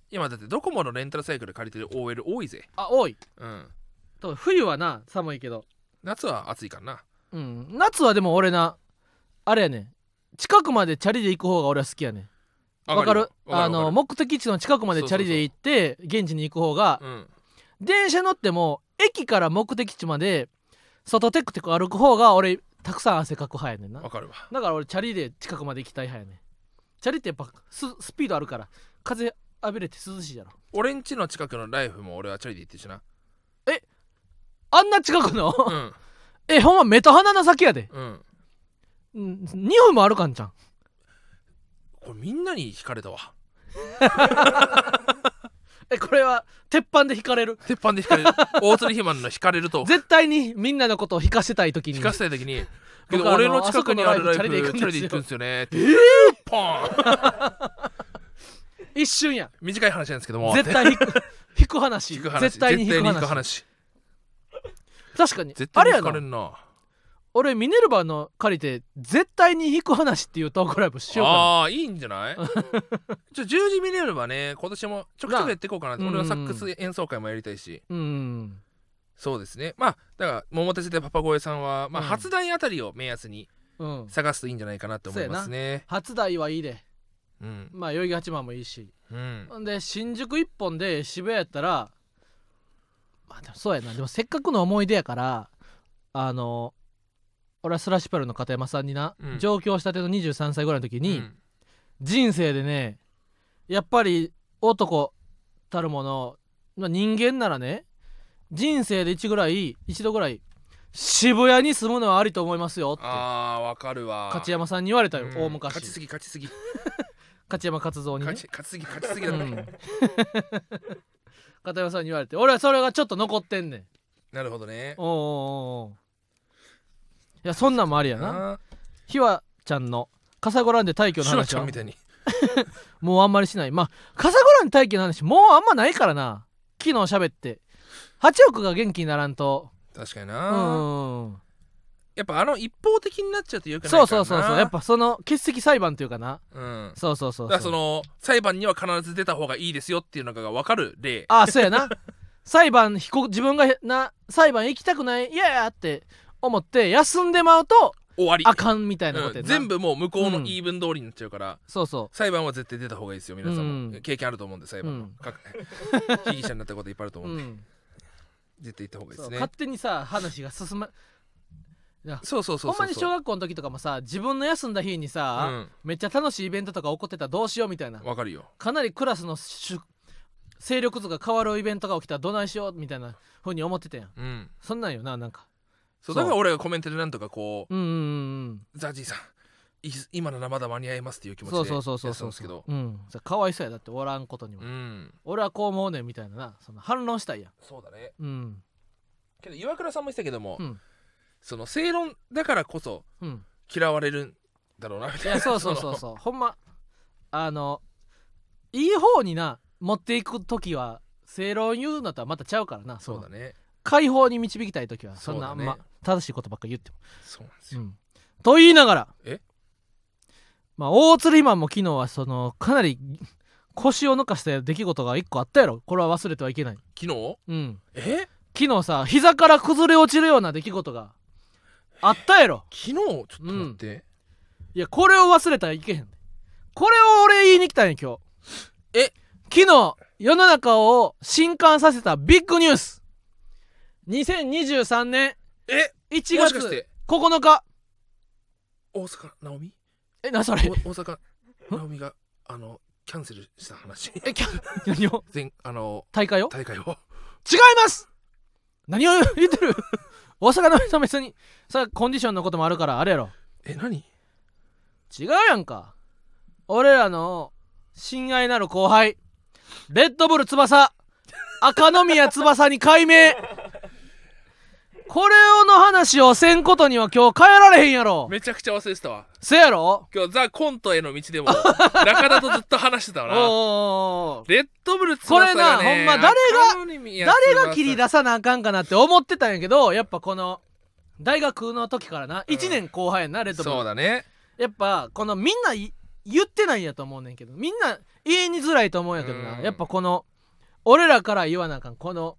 Speaker 2: 今だってドコモのレンタルサイクル借りてる OL 多いぜ、
Speaker 1: あ多い
Speaker 2: うん、
Speaker 1: と冬はな寒いけど、
Speaker 2: 夏は暑いからな
Speaker 1: うん、夏はでも俺なあれやね近くまでチャリで行く方が俺は好きやねわかるあの目的地の近くまでチャリで行って現地に行く方が、
Speaker 2: うん、
Speaker 1: 電車乗っても駅から目的地まで外テクテク歩く方が俺たくさん汗かく派やねんな
Speaker 2: わかるわ
Speaker 1: だから俺チャリで近くまで行きたい派やねんチャリってやっぱススピードあるから風浴びれて涼しいじゃろ
Speaker 2: 俺ん家の近くのライフも俺はチャリで行ってる しな
Speaker 1: あんな近くの
Speaker 2: うん
Speaker 1: えほんま目と鼻の先やで、
Speaker 2: うん
Speaker 1: うん、2分も歩かんじゃん
Speaker 2: これみんなに惹かれたわ
Speaker 1: えこれは鉄板で引かれる
Speaker 2: 鉄板で惹かれる大鶴ひまんの惹かれると
Speaker 1: 絶対にみんなのことを引かせたい時に
Speaker 2: 聞かせたい時に「け
Speaker 1: 僕
Speaker 2: ど
Speaker 1: あの
Speaker 2: 俺の近くにあるライ
Speaker 1: あそこのライフチャ
Speaker 2: フ
Speaker 1: リで行くんですよ
Speaker 2: チャリで行くんですよね」ってポーン
Speaker 1: 一瞬や
Speaker 2: 短い話なんですけども
Speaker 1: 絶対引 く引く話
Speaker 2: 聞く話
Speaker 1: 絶対に引く
Speaker 2: 絶
Speaker 1: 話
Speaker 2: 話
Speaker 1: 確かに
Speaker 2: 絶
Speaker 1: あれ
Speaker 2: 対に
Speaker 1: や
Speaker 2: 惹かれ
Speaker 1: な
Speaker 2: るな
Speaker 1: 俺ミネルヴァの借りて絶対に引く話っていうトークライブしようかな
Speaker 2: ああーいいんじ ゃないちょ十字見れればね今年もちょくちょくやっていこうかなって
Speaker 1: なあ
Speaker 2: 俺はサックス演奏会もやりたいし
Speaker 1: うん
Speaker 2: そうですねまあだから桃鉄でパパ声さんは、まあ、
Speaker 1: うん
Speaker 2: 初台あたりを目安に
Speaker 1: うん
Speaker 2: 探すといいんじゃないかなって思いますね
Speaker 1: 初台はいいで
Speaker 2: うん
Speaker 1: まあ代々木八幡もいいし
Speaker 2: うん
Speaker 1: ほんで新宿一本で渋谷やったらまあでもそうやなでもせっかくの思い出やからあの俺はスラッシュパルの片山さんにな、
Speaker 2: うん
Speaker 1: 上京したての23歳ぐらいの時に、人生でねやっぱり男たるもの、まあ、人間ならね人生で一ぐらい一度ぐらい渋谷に住むのはありと思いますよって
Speaker 2: あーわかるわ
Speaker 1: 勝山さんに言われたよ、
Speaker 2: うん
Speaker 1: 大昔
Speaker 2: 勝ちすぎ勝ちすぎ
Speaker 1: 勝山勝三にね
Speaker 2: 勝ち勝ちすぎ勝ちすぎ
Speaker 1: う
Speaker 2: だ、
Speaker 1: ん片山さんに言われて俺はそれがちょっと残ってんねん
Speaker 2: なるほどね
Speaker 1: おうおうおうおういやそんなんもありやな
Speaker 2: な
Speaker 1: ひわちゃんの「カサゴランで大気の
Speaker 2: シュワ
Speaker 1: 話
Speaker 2: ちゃ
Speaker 1: は
Speaker 2: んみたいに
Speaker 1: もうあんまりしないまあカサゴラン大気の話もうあんまないからな昨日喋って8億が元気にならんと
Speaker 2: 確かに
Speaker 1: う
Speaker 2: な、
Speaker 1: ん
Speaker 2: やっぱあの一方的になっちゃうとよくないか
Speaker 1: そ
Speaker 2: らな
Speaker 1: うそうそうそうやっぱその欠席裁判というかな
Speaker 2: うん
Speaker 1: そうそうそう
Speaker 2: だからその裁判には必ず出た方がいいですよっていうのが分かる例
Speaker 1: あそうやな裁判被告自分がな裁判行きたくないいやいやって思って休んでまうと
Speaker 2: 終わり
Speaker 1: あかんみたいなこと
Speaker 2: う
Speaker 1: や
Speaker 2: ん
Speaker 1: な、
Speaker 2: 全部もう向こうの
Speaker 1: うん
Speaker 2: 言い分通りになっちゃうから、
Speaker 1: そうそ
Speaker 2: 裁判は絶対出た方がいいですよ皆さんも、
Speaker 1: うん
Speaker 2: 経験あると思うんで裁判の、
Speaker 1: うん
Speaker 2: か被疑者になったこといっぱいあると
Speaker 1: う、
Speaker 2: 思
Speaker 1: う
Speaker 2: うんで、
Speaker 1: ん
Speaker 2: 絶対行った方がいいで
Speaker 1: そう
Speaker 2: すね
Speaker 1: 勝手にさ話が進ま
Speaker 2: そうそうそうそう
Speaker 1: ほんまに小学校の時とかもさ自分の休んだ日にさ、めっちゃ楽しいイベントとか起こってたらどうしようみたいな
Speaker 2: うんわかるよ
Speaker 1: かなりクラスの主勢力図が変わるイベントが起きたらどないしようみたいなふうに思ってたやん
Speaker 2: うん
Speaker 1: そんなんよななんか
Speaker 2: そう
Speaker 1: そう
Speaker 2: だから俺がコメントでなんとかこう
Speaker 1: うんうんうん
Speaker 2: 「ザジーさんい今ならまだ間に合います」っていう気
Speaker 1: うん
Speaker 2: 持
Speaker 1: そう
Speaker 2: ちで
Speaker 1: そ
Speaker 2: や
Speaker 1: うそうそう
Speaker 2: ってた
Speaker 1: そ
Speaker 2: ん
Speaker 1: う
Speaker 2: ですけど
Speaker 1: うん、それかわいそうやだっておらんことにも、
Speaker 2: うん
Speaker 1: 俺はこう思うねんみたいななその反論したいや
Speaker 2: そうだね
Speaker 1: んうん
Speaker 2: けど岩倉さんも言ってたけども、
Speaker 1: うん
Speaker 2: その正論だからこそ
Speaker 1: うん
Speaker 2: 嫌われるんだろうなみたい
Speaker 1: い
Speaker 2: な
Speaker 1: やそうそうそうそう ほんまあのいい方にな持っていく時は正論言うのとはまたちゃうからな
Speaker 2: そう
Speaker 1: の
Speaker 2: だね
Speaker 1: 解放に導きたい時はそんなあ
Speaker 2: そ
Speaker 1: ん
Speaker 2: うだね
Speaker 1: ま正しいことばっか言っても、
Speaker 2: そうなんです
Speaker 1: う
Speaker 2: よ、
Speaker 1: ん、と言いながら
Speaker 2: え
Speaker 1: まあ大釣りマンも昨日はそのかなり腰を抜かした出来事が一個あったやろこれは忘れてはいけない、
Speaker 2: 昨日
Speaker 1: うん、
Speaker 2: え
Speaker 1: 昨日さ膝から崩れ落ちるような出来事があったやろ
Speaker 2: 昨日ちょっと待って、
Speaker 1: いやこれを忘れたらいけへんこれを俺言いに来たんや今日
Speaker 2: え
Speaker 1: 昨日世の中を震撼させたビッグニュース2023年
Speaker 2: え
Speaker 1: 1
Speaker 2: もしかし
Speaker 1: 月
Speaker 2: て
Speaker 1: 9日
Speaker 2: 大阪直美
Speaker 1: えなそ
Speaker 2: お
Speaker 1: れ
Speaker 2: 大阪直美があのキャンセルした話
Speaker 1: えキャ何を
Speaker 2: 全あの
Speaker 1: 大会を
Speaker 2: 大会を
Speaker 1: 違います何を言ってる大阪の人別にさコンディションのこともあるからあれやろ
Speaker 2: え何
Speaker 1: 違うやんか俺らの親愛なる後輩レッドブル翼赤宮翼に改名これをの話をせんことには今日変えられへんやろ
Speaker 2: めちゃくちゃ忘れてたわ
Speaker 1: せやろ
Speaker 2: 今日ザ・コントへの道 でも中田とずっと話してた
Speaker 1: お
Speaker 2: わ
Speaker 1: ーお
Speaker 2: な
Speaker 1: ーおー
Speaker 2: レッドブル翼が、ね、
Speaker 1: これなほんま
Speaker 2: 誰
Speaker 1: 誰が切り出さなあかんかなって思ってたんやけどやっぱこの大学の時からな
Speaker 2: うん
Speaker 1: 1年後輩やなレッドブル
Speaker 2: そうだね
Speaker 1: やっぱこのみんない言ってないんやと思うねんけどみんな言いにづらいと思うんやけどな、
Speaker 2: うん
Speaker 1: やっぱこの俺らから言わなあかんこの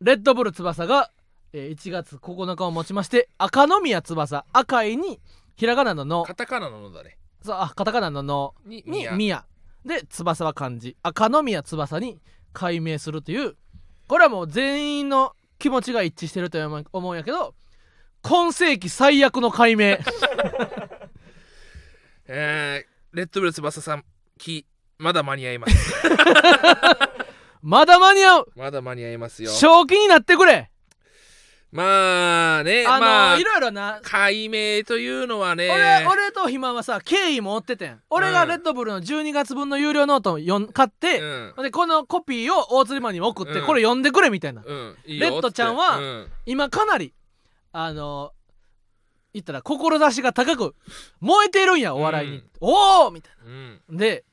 Speaker 1: レッドブル翼が、えー1月9日をもちまして赤宮翼赤いにひらがなのの
Speaker 2: カタカナののだね
Speaker 1: そうあカタカナのの
Speaker 2: に
Speaker 1: に
Speaker 2: 宮
Speaker 1: 宮で翼は漢字赤宮翼に改名するというこれはもう全員の気持ちが一致してると思う思うんやけど今世紀最悪の改 名
Speaker 2: えー、レッドブル翼さんきまだ間に合います
Speaker 1: まだ間に合う
Speaker 2: まだ間に合いますよ
Speaker 1: 正気になってくれ
Speaker 2: まあね
Speaker 1: あの、
Speaker 2: まあ
Speaker 1: いろいろな、
Speaker 2: 解明というのはね
Speaker 1: 俺俺とひまはさ敬意も追っててん俺がレッドブルの12月分の有料ノートを読ん買って、
Speaker 2: うん
Speaker 1: でこのコピーを大鶴マンに送って、
Speaker 2: うん
Speaker 1: これ読んでくれみたいな、
Speaker 2: うん、いいよ
Speaker 1: レッドちゃんは
Speaker 2: つって
Speaker 1: 今かなりあの言ったら志が高く燃えているんやお笑いに、
Speaker 2: うん
Speaker 1: おおみたい
Speaker 2: うんうん
Speaker 1: なで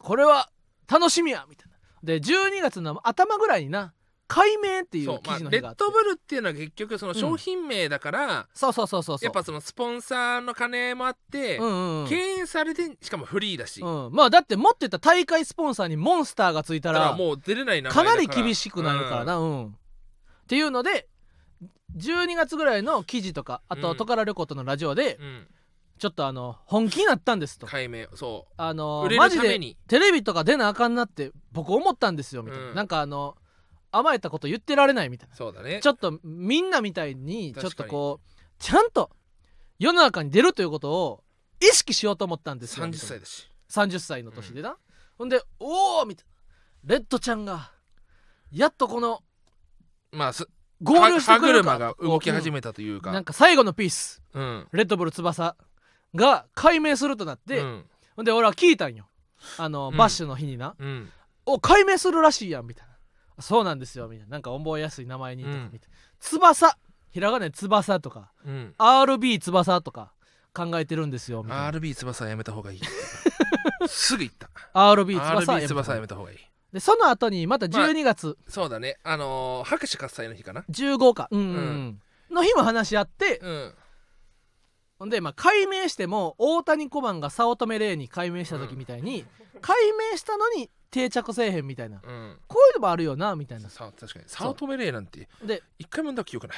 Speaker 1: これは楽しみやみたいなで12月の頭ぐらいにな解明ってい
Speaker 2: そううま
Speaker 1: 記
Speaker 2: あ、
Speaker 1: 事の
Speaker 2: レ
Speaker 1: 日があ
Speaker 2: ッ
Speaker 1: って、
Speaker 2: ドブルっていうのは結局その商品名だから、
Speaker 1: そうそうそうそうそう
Speaker 2: やっぱそのスポンサーの金もあって、
Speaker 1: うんうんうん
Speaker 2: 敬遠されてしかもフリーだし、だ
Speaker 1: うん、まあだってもっと言ったら大会スポンサーにモンスターがついた
Speaker 2: から
Speaker 1: ら
Speaker 2: もう出れない名前
Speaker 1: か
Speaker 2: だか
Speaker 1: な
Speaker 2: ら
Speaker 1: り厳しくなるから、な、うんっていうので12月ぐらいの記事とかあ
Speaker 2: う
Speaker 1: と
Speaker 2: ん
Speaker 1: トカラ旅行とのラジオで
Speaker 2: うんうん
Speaker 1: ちょっとあの本気になったんですと
Speaker 2: 解明そう
Speaker 1: あの
Speaker 2: 売れ
Speaker 1: マ
Speaker 2: る
Speaker 1: ジ
Speaker 2: た
Speaker 1: で
Speaker 2: めに
Speaker 1: テレビとか出なあかんなって僕思ったんですよみたいな、
Speaker 2: うん
Speaker 1: なんかあの甘えたこと言ってられないみたいな
Speaker 2: そうだね
Speaker 1: ちょっとみんなみたいにちょっ
Speaker 2: 確か
Speaker 1: と
Speaker 2: に
Speaker 1: こうちゃんと世の中に出るということを意識しようと思ったんですよ
Speaker 2: 30
Speaker 1: みたいな
Speaker 2: 歳だし
Speaker 1: 30歳の年でな、ほんで「おお!」みたいなレッドちゃんがやっとこの
Speaker 2: まあす
Speaker 1: 合流して
Speaker 2: 歯
Speaker 1: くれるか
Speaker 2: 車が動き始
Speaker 1: め
Speaker 2: めたという
Speaker 1: なんか
Speaker 2: か、
Speaker 1: 最後のピース
Speaker 2: うん
Speaker 1: レッドブル翼が解明するとなって、
Speaker 2: うん
Speaker 1: ほんで俺は聞いたんよあの、
Speaker 2: うん
Speaker 1: バッシュの日にな
Speaker 2: うん
Speaker 1: 「お解明するらしいやん」みたいな「そうなんですよ」みたいななんか覚えやすい名前にとか
Speaker 2: うん
Speaker 1: みたいな翼ひらがなで翼とか
Speaker 2: うん
Speaker 1: RB 翼とか考えてるんですよみたいな
Speaker 2: RB 翼はやめた方 がいいすぐ言った
Speaker 1: RB 翼は
Speaker 2: RB
Speaker 1: やめ
Speaker 2: 翼は
Speaker 1: た
Speaker 2: やめた方がいい
Speaker 1: でその後にまた12月、
Speaker 2: そうだねあのー拍手喝采の日かな
Speaker 1: 15か、うん
Speaker 2: う
Speaker 1: の日も話し合って、
Speaker 2: うん
Speaker 1: ほんで、まあ、解明しても大谷小判が早乙女玲に解明した時みたいに、解明したのに定着せえへんみたいな
Speaker 2: うん
Speaker 1: こういうのもあるよなみたいな
Speaker 2: さ確かに早乙女霊なんて
Speaker 1: で
Speaker 2: 一回もだ記憶ない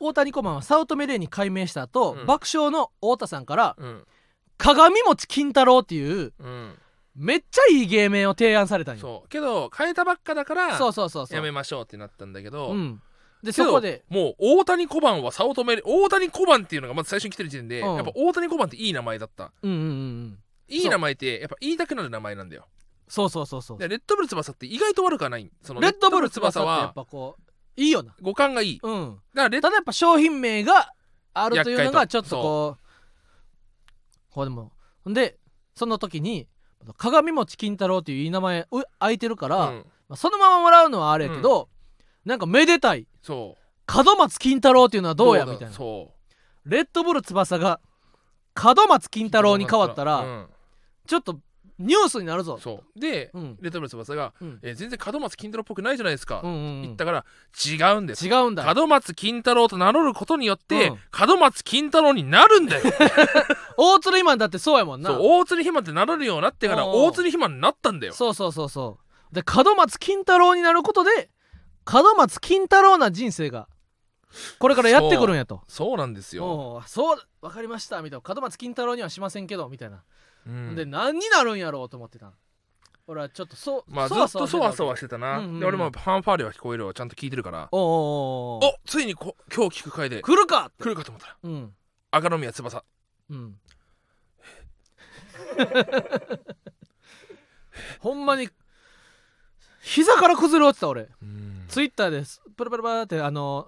Speaker 1: 大谷小判は早乙女玲に解明した後、
Speaker 2: うん
Speaker 1: 爆笑の太田さんから
Speaker 2: うん
Speaker 1: 「鏡餅金太郎」っていう
Speaker 2: うん
Speaker 1: めっちゃいい芸名を提案されたんよ
Speaker 2: そうけど変えたばっかだから
Speaker 1: そうそうそうそう
Speaker 2: やめましょうってなったんだけど、
Speaker 1: うん、で
Speaker 2: け
Speaker 1: そ
Speaker 2: ど
Speaker 1: こで
Speaker 2: もう大谷小判は早乙女大谷小判っていうのがまず最初に来てる時点で、
Speaker 1: うん
Speaker 2: やっぱ大谷小判っていい名前だった
Speaker 1: うんうんうんうん
Speaker 2: いい名前ってやっぱ言いたくなる名前なんだよ
Speaker 1: そうそうそうそう
Speaker 2: でレッドブル翼って意外と悪くはないその
Speaker 1: レッドブル翼
Speaker 2: レッド
Speaker 1: はやっ
Speaker 2: ブル翼
Speaker 1: ぱ
Speaker 2: は
Speaker 1: こういいよな
Speaker 2: 五感がいいだか
Speaker 1: うん
Speaker 2: らレッ
Speaker 1: た
Speaker 2: ド
Speaker 1: だやっぱ商品名があるというのが
Speaker 2: 厄介と
Speaker 1: ちょっとこうこうでもほんでその時に鏡餅金太郎っていういい名前う空いてるから、
Speaker 2: う
Speaker 1: ま
Speaker 2: ん
Speaker 1: あ、そのままもらうのはあれやけど、なんかめでたい
Speaker 2: そう
Speaker 1: 門松金太郎っていうのはどうやみたいな
Speaker 2: そう
Speaker 1: レッドブル翼が門松金太郎に変わったら、
Speaker 2: うん
Speaker 1: ちょっとニュースになるぞ
Speaker 2: そうで、
Speaker 1: うん
Speaker 2: レッドブル翼が、
Speaker 1: うん
Speaker 2: えー全然門松金太郎っぽくないじゃないですか、
Speaker 1: うんうんうん
Speaker 2: 言ったから違うんです
Speaker 1: 違うんだ
Speaker 2: 門松金太郎と名乗ることによって、
Speaker 1: うん
Speaker 2: 門松金太郎になるんだよ
Speaker 1: 大鶴今だってそうやもん な
Speaker 2: そう大鶴ひまって名乗るようになってから
Speaker 1: おうおう
Speaker 2: 大鶴ひまになったんだよ
Speaker 1: そうそうそうそうで門松金太郎になることで門松金太郎な人生がこれからやってくるんやと
Speaker 2: そうなんですよ、
Speaker 1: おうそう分かりましたみたいな門松金太郎にはしませんけどみたいな、
Speaker 2: うん
Speaker 1: で何になるんやろうと思ってた俺はちょっとそう、
Speaker 2: まあずっ
Speaker 1: わ
Speaker 2: とそわそわ
Speaker 1: し
Speaker 2: してたな、
Speaker 1: うんうんうん
Speaker 2: で俺もファンファーレは聞こえるわちゃんと聞いてるから
Speaker 1: おうおうおうおう
Speaker 2: おついにこ今日聞く回で
Speaker 1: 来るかって
Speaker 2: 来るかと思ったら
Speaker 1: うん
Speaker 2: 赤宮翼
Speaker 1: うん、ほんまに膝から崩れ落ちた俺ツイッターですプラプラプラってあの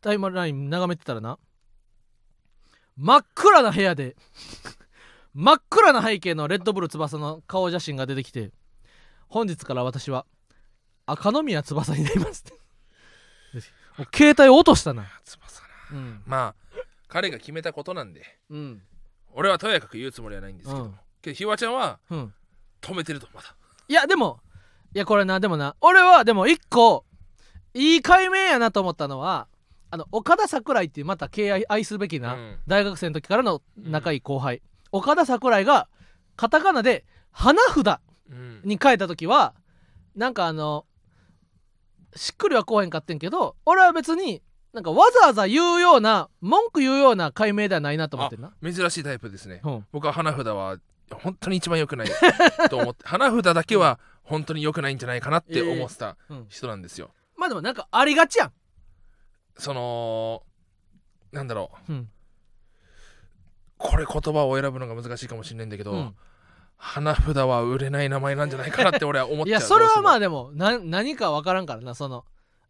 Speaker 1: タイムライン眺めてたらな真っ暗な部屋で 真っ暗な背景のレッドブル翼の顔写真が出てきて本日から私は赤宮翼になりますって もう携帯落としたな
Speaker 2: 翼な
Speaker 1: うん
Speaker 2: まあ彼が決めたことなんで
Speaker 1: うん
Speaker 2: 俺はとやかく言うつもりはないんですけども、
Speaker 1: うん
Speaker 2: けどひわちゃんは
Speaker 1: うん
Speaker 2: 止めてるとまだ
Speaker 1: いやでもいやこれなでもな俺はでも一個いい解明やなと思ったのはあの岡田桜井っていうまた敬愛愛すべきな、
Speaker 2: うん
Speaker 1: 大学生の時からの仲いい後輩、岡田桜井がカタカナで「花札
Speaker 2: うん」
Speaker 1: に書いた時はなんかあのしっくりはこうへんかってんけど俺は別になんかわざわざ言うような文句言うような解明ではないなと思ってんな。
Speaker 2: 珍しいタイプですね
Speaker 1: うん
Speaker 2: 僕は花札は本当に一番良 くないと思って花札だけは本当に良くないんじゃないかなって思ってた
Speaker 1: うん
Speaker 2: 人なんですよ、
Speaker 1: まあでもなんかありがちやん。
Speaker 2: そのなんだろう
Speaker 1: うん
Speaker 2: これ言葉を選ぶのが難しいかもしれないんだけど、
Speaker 1: うん
Speaker 2: 花札は売れない名前なんじゃないかなって俺は思っ
Speaker 1: い
Speaker 2: ちゃ
Speaker 1: や
Speaker 2: う
Speaker 1: それはまあ
Speaker 2: ど
Speaker 1: でもな何かわからんからなその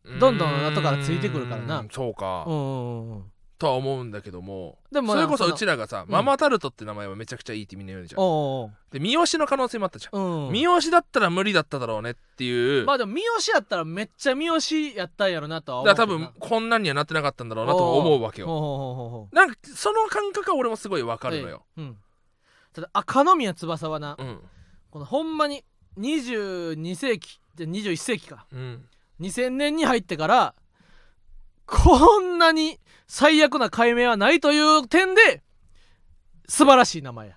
Speaker 2: うしても
Speaker 1: どんどん後からついてくるからな
Speaker 2: うーんそうか、
Speaker 1: うんうんうんうん
Speaker 2: とは思うんだけども
Speaker 1: でもまあ
Speaker 2: それこそ
Speaker 1: その
Speaker 2: うちらがさ、
Speaker 1: うん
Speaker 2: ママタルトって名前はめちゃくちゃいいってみんな言うじゃん
Speaker 1: おう
Speaker 2: で三好の可能性もあったじゃん、
Speaker 1: おうおううん
Speaker 2: 三好だったら無理だっただろうねっていう、
Speaker 1: まあでも三好やったらめっちゃ三好やったんやろなとは思う
Speaker 2: だ
Speaker 1: け
Speaker 2: から
Speaker 1: ど
Speaker 2: 多
Speaker 1: な
Speaker 2: 分こんなんにはなってなかったんだろうなと思うわけよ
Speaker 1: ほうほうほうほうほ
Speaker 2: なんかその感覚は俺もすごいわ
Speaker 1: う
Speaker 2: かるのよ、、
Speaker 1: ええうん、ただ赤宮翼はな、
Speaker 2: うん
Speaker 1: このほんまに22世紀で21世紀か
Speaker 2: うん
Speaker 1: 2000年に入ってからこんなに最悪な解明はないという点で素晴らしい名前や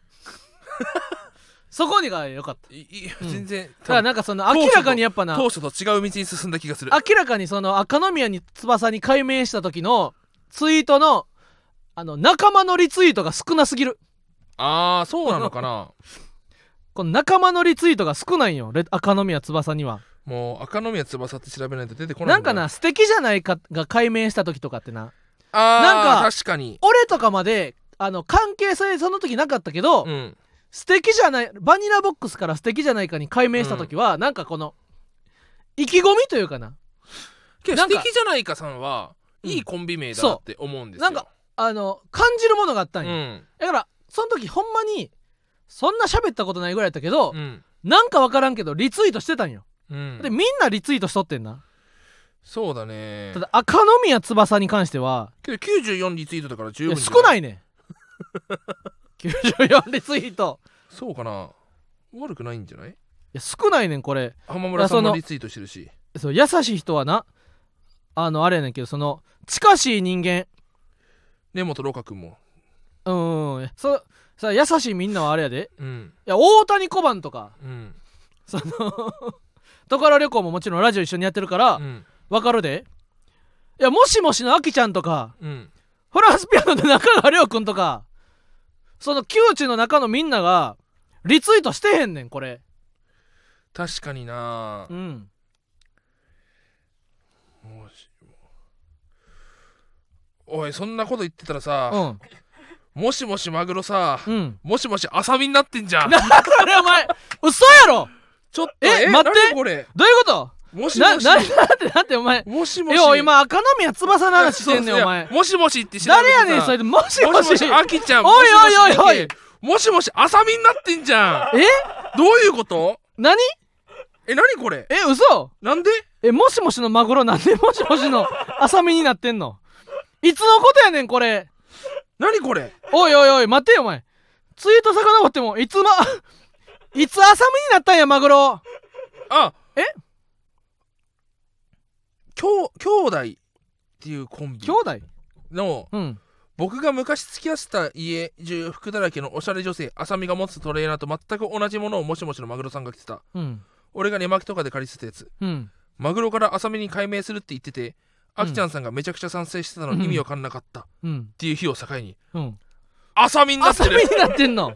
Speaker 1: そこにが良か った
Speaker 2: いい
Speaker 1: うん
Speaker 2: 全然、
Speaker 1: だからなんかその明らかにやっぱな
Speaker 2: 当初と違う道に進んだ気がする
Speaker 1: 明らかにその赤宮に翼に改名した時のツイートのあの仲間のリツイートが少なすぎる
Speaker 2: ああそうなのかな
Speaker 1: この仲間のリツイートが少ないんよレ赤宮翼には
Speaker 2: もう赤宮翼って調べないと出てこない
Speaker 1: なんかな素敵じゃないかが改名した時とかってな
Speaker 2: あー
Speaker 1: なんか
Speaker 2: 確かに
Speaker 1: 俺とかまであの関係性その時なかったけど、
Speaker 2: うん
Speaker 1: 素敵じゃないバニラボックスから素敵じゃないかに改名した時は、なんかこの意気込みというかな
Speaker 2: けど
Speaker 1: なん
Speaker 2: 素
Speaker 1: か
Speaker 2: 敵じゃないかさんは、
Speaker 1: うん
Speaker 2: いいコンビ名だなって思うんですよ
Speaker 1: そうなんかあの感じるものがあった
Speaker 2: うん
Speaker 1: よ、
Speaker 2: ん
Speaker 1: だからその時ほんまにそんな喋ったことないぐらいだったけど、
Speaker 2: うん、
Speaker 1: なんかわからんけどリツイートしてたんよ、
Speaker 2: うん
Speaker 1: でみんなリツイートしとってんな、
Speaker 2: そうだね
Speaker 1: ただ赤宮翼に関しては
Speaker 2: けど94リツイートだから十
Speaker 1: いや
Speaker 2: 分
Speaker 1: 少ないい ね94リツイート
Speaker 2: そうかな悪くないんじゃない
Speaker 1: いや少ないねんこれ
Speaker 2: 浜村さん
Speaker 1: いやそ
Speaker 2: も
Speaker 1: の
Speaker 2: リツイートしてるし
Speaker 1: そう優しい人はなあのあれやねんけどその近しい人間
Speaker 2: 根本ろかくんも
Speaker 1: うんうんうんそさ優しいみんなはあれやで
Speaker 2: うん
Speaker 1: いや大谷小判とか
Speaker 2: うん
Speaker 1: そのトカラ旅行ももちろんラジオ一緒にやってるから
Speaker 2: うん
Speaker 1: わかるでいやもしもしのあきちゃんとか
Speaker 2: うん
Speaker 1: フランスピアノの中川亮君とかその窮地の中のみんながリツイートしてへんねんこれ
Speaker 2: 確かにな
Speaker 1: うん
Speaker 2: もしおいそんなこと言ってたらさ、
Speaker 1: うん
Speaker 2: もしもしマグロさ、
Speaker 1: うん
Speaker 2: もしもし浅見になってんじゃん
Speaker 1: なそれお前嘘やろ
Speaker 2: ちょっと
Speaker 1: え待って
Speaker 2: 何これ
Speaker 1: どういうこ
Speaker 2: もし
Speaker 1: となな
Speaker 2: もし
Speaker 1: なんてなんてお前
Speaker 2: もしもし
Speaker 1: よ今赤宮翼の話してんねん
Speaker 2: そうそう
Speaker 1: お前
Speaker 2: いやもしもしって調べて
Speaker 1: 誰やねんそれでもし
Speaker 2: さも
Speaker 1: も
Speaker 2: しも
Speaker 1: し
Speaker 2: しあきちゃん
Speaker 1: おいおいおいおい
Speaker 2: もしもしだっけもしもし浅見になってんじゃん
Speaker 1: え
Speaker 2: どういうこと
Speaker 1: 何
Speaker 2: え何これ
Speaker 1: え嘘
Speaker 2: なんで
Speaker 1: えもしもしのマグロなんでもしもしの浅見になってんのいつのことやねんこれ
Speaker 2: 何これ
Speaker 1: おいおいおい待てよお前ツイート遡ってもいつまいつ浅見になったんやマグロ
Speaker 2: あ
Speaker 1: え
Speaker 2: きょう兄弟っていうコンビ
Speaker 1: 兄弟
Speaker 2: の
Speaker 1: うん
Speaker 2: 僕が昔付き合ってた家中服だらけのおしゃれ女性浅見が持つトレーナーと全く同じものをもしもしのマグロさんが着てた
Speaker 1: うん
Speaker 2: 俺が寝巻きとかで借りてたやつ
Speaker 1: うん
Speaker 2: マグロから浅見に改名するって言ってて
Speaker 1: うん
Speaker 2: あきちゃんさんがめちゃくちゃ賛成してたのに意味わかんなかったっ
Speaker 1: うん
Speaker 2: ていう日を境に
Speaker 1: うん
Speaker 2: 浅見になって
Speaker 1: 浅見
Speaker 2: る
Speaker 1: になってんの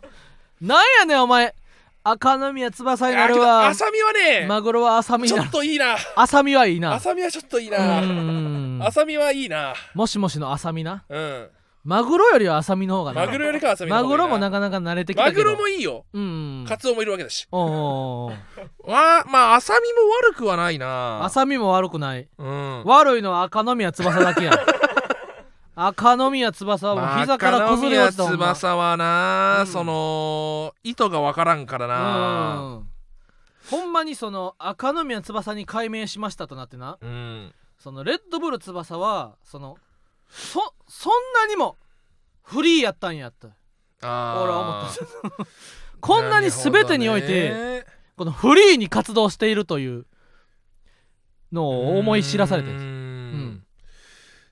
Speaker 1: なんやねんお前赤宮翼になる
Speaker 2: あ
Speaker 1: わ
Speaker 2: 浅見はね、
Speaker 1: マグロは浅見に
Speaker 2: ちょ
Speaker 1: なる
Speaker 2: っといいな
Speaker 1: 浅見はいいな
Speaker 2: 浅見はちょっといいうな
Speaker 1: ーん
Speaker 2: 浅見はいいな
Speaker 1: もしもしの浅見な
Speaker 2: うん
Speaker 1: マグロよりは浅見の方がな
Speaker 2: マグロよりか浅見の
Speaker 1: マ
Speaker 2: 方が
Speaker 1: グロも
Speaker 2: いいな
Speaker 1: なかなか慣れてきた
Speaker 2: マ
Speaker 1: け
Speaker 2: グ
Speaker 1: ど
Speaker 2: ロもいいよ
Speaker 1: うんうん
Speaker 2: カツオもいるわけだし
Speaker 1: おうおうおう
Speaker 2: わあまあ浅見も悪くはないな
Speaker 1: 浅見も悪くない
Speaker 2: うん
Speaker 1: 悪いのは赤宮翼だ けや赤宮翼はもう膝から崩れ落ちた
Speaker 2: まあ
Speaker 1: もん
Speaker 2: 赤宮
Speaker 1: な
Speaker 2: 翼はな、
Speaker 1: うん
Speaker 2: その意図がわからんからな
Speaker 1: うんほんまにその赤宮翼に改名しましたとなってな
Speaker 2: うん、
Speaker 1: そのレッドブル翼はそのそそんなにもフリーやったんやって
Speaker 2: あー
Speaker 1: 俺は思ったこんなに全てにおいて、このフリーに活動しているというのを思い知らされて
Speaker 2: うー
Speaker 1: る
Speaker 2: ん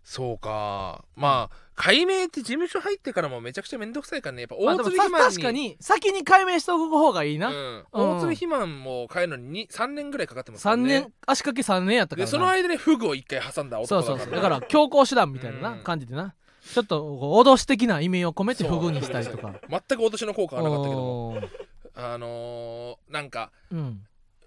Speaker 2: そうかまあ改名って事務所入ってからもめちゃくちゃめんどくさいからねやっぱ
Speaker 1: まあ
Speaker 2: 大
Speaker 1: でも
Speaker 2: 鶴
Speaker 1: さ
Speaker 2: 肥満に、
Speaker 1: 確かに先に解明しておく方がいいな、
Speaker 2: うん、大鶴肥満も変えるのに3年ぐらいかかってますから
Speaker 1: 3
Speaker 2: ね
Speaker 1: 年足掛け3年やったから
Speaker 2: で
Speaker 1: な
Speaker 2: その間にフグを1回挟んだ
Speaker 1: そ
Speaker 2: 男
Speaker 1: うそう
Speaker 2: だから
Speaker 1: そうだから強硬手段みたいなな
Speaker 2: うん
Speaker 1: 感じでなちょっとこう脅し的な意味を込めて不遇にしたりとか
Speaker 2: 全く私の効果はなかったけども
Speaker 1: おー
Speaker 2: あのー、なんか
Speaker 1: うん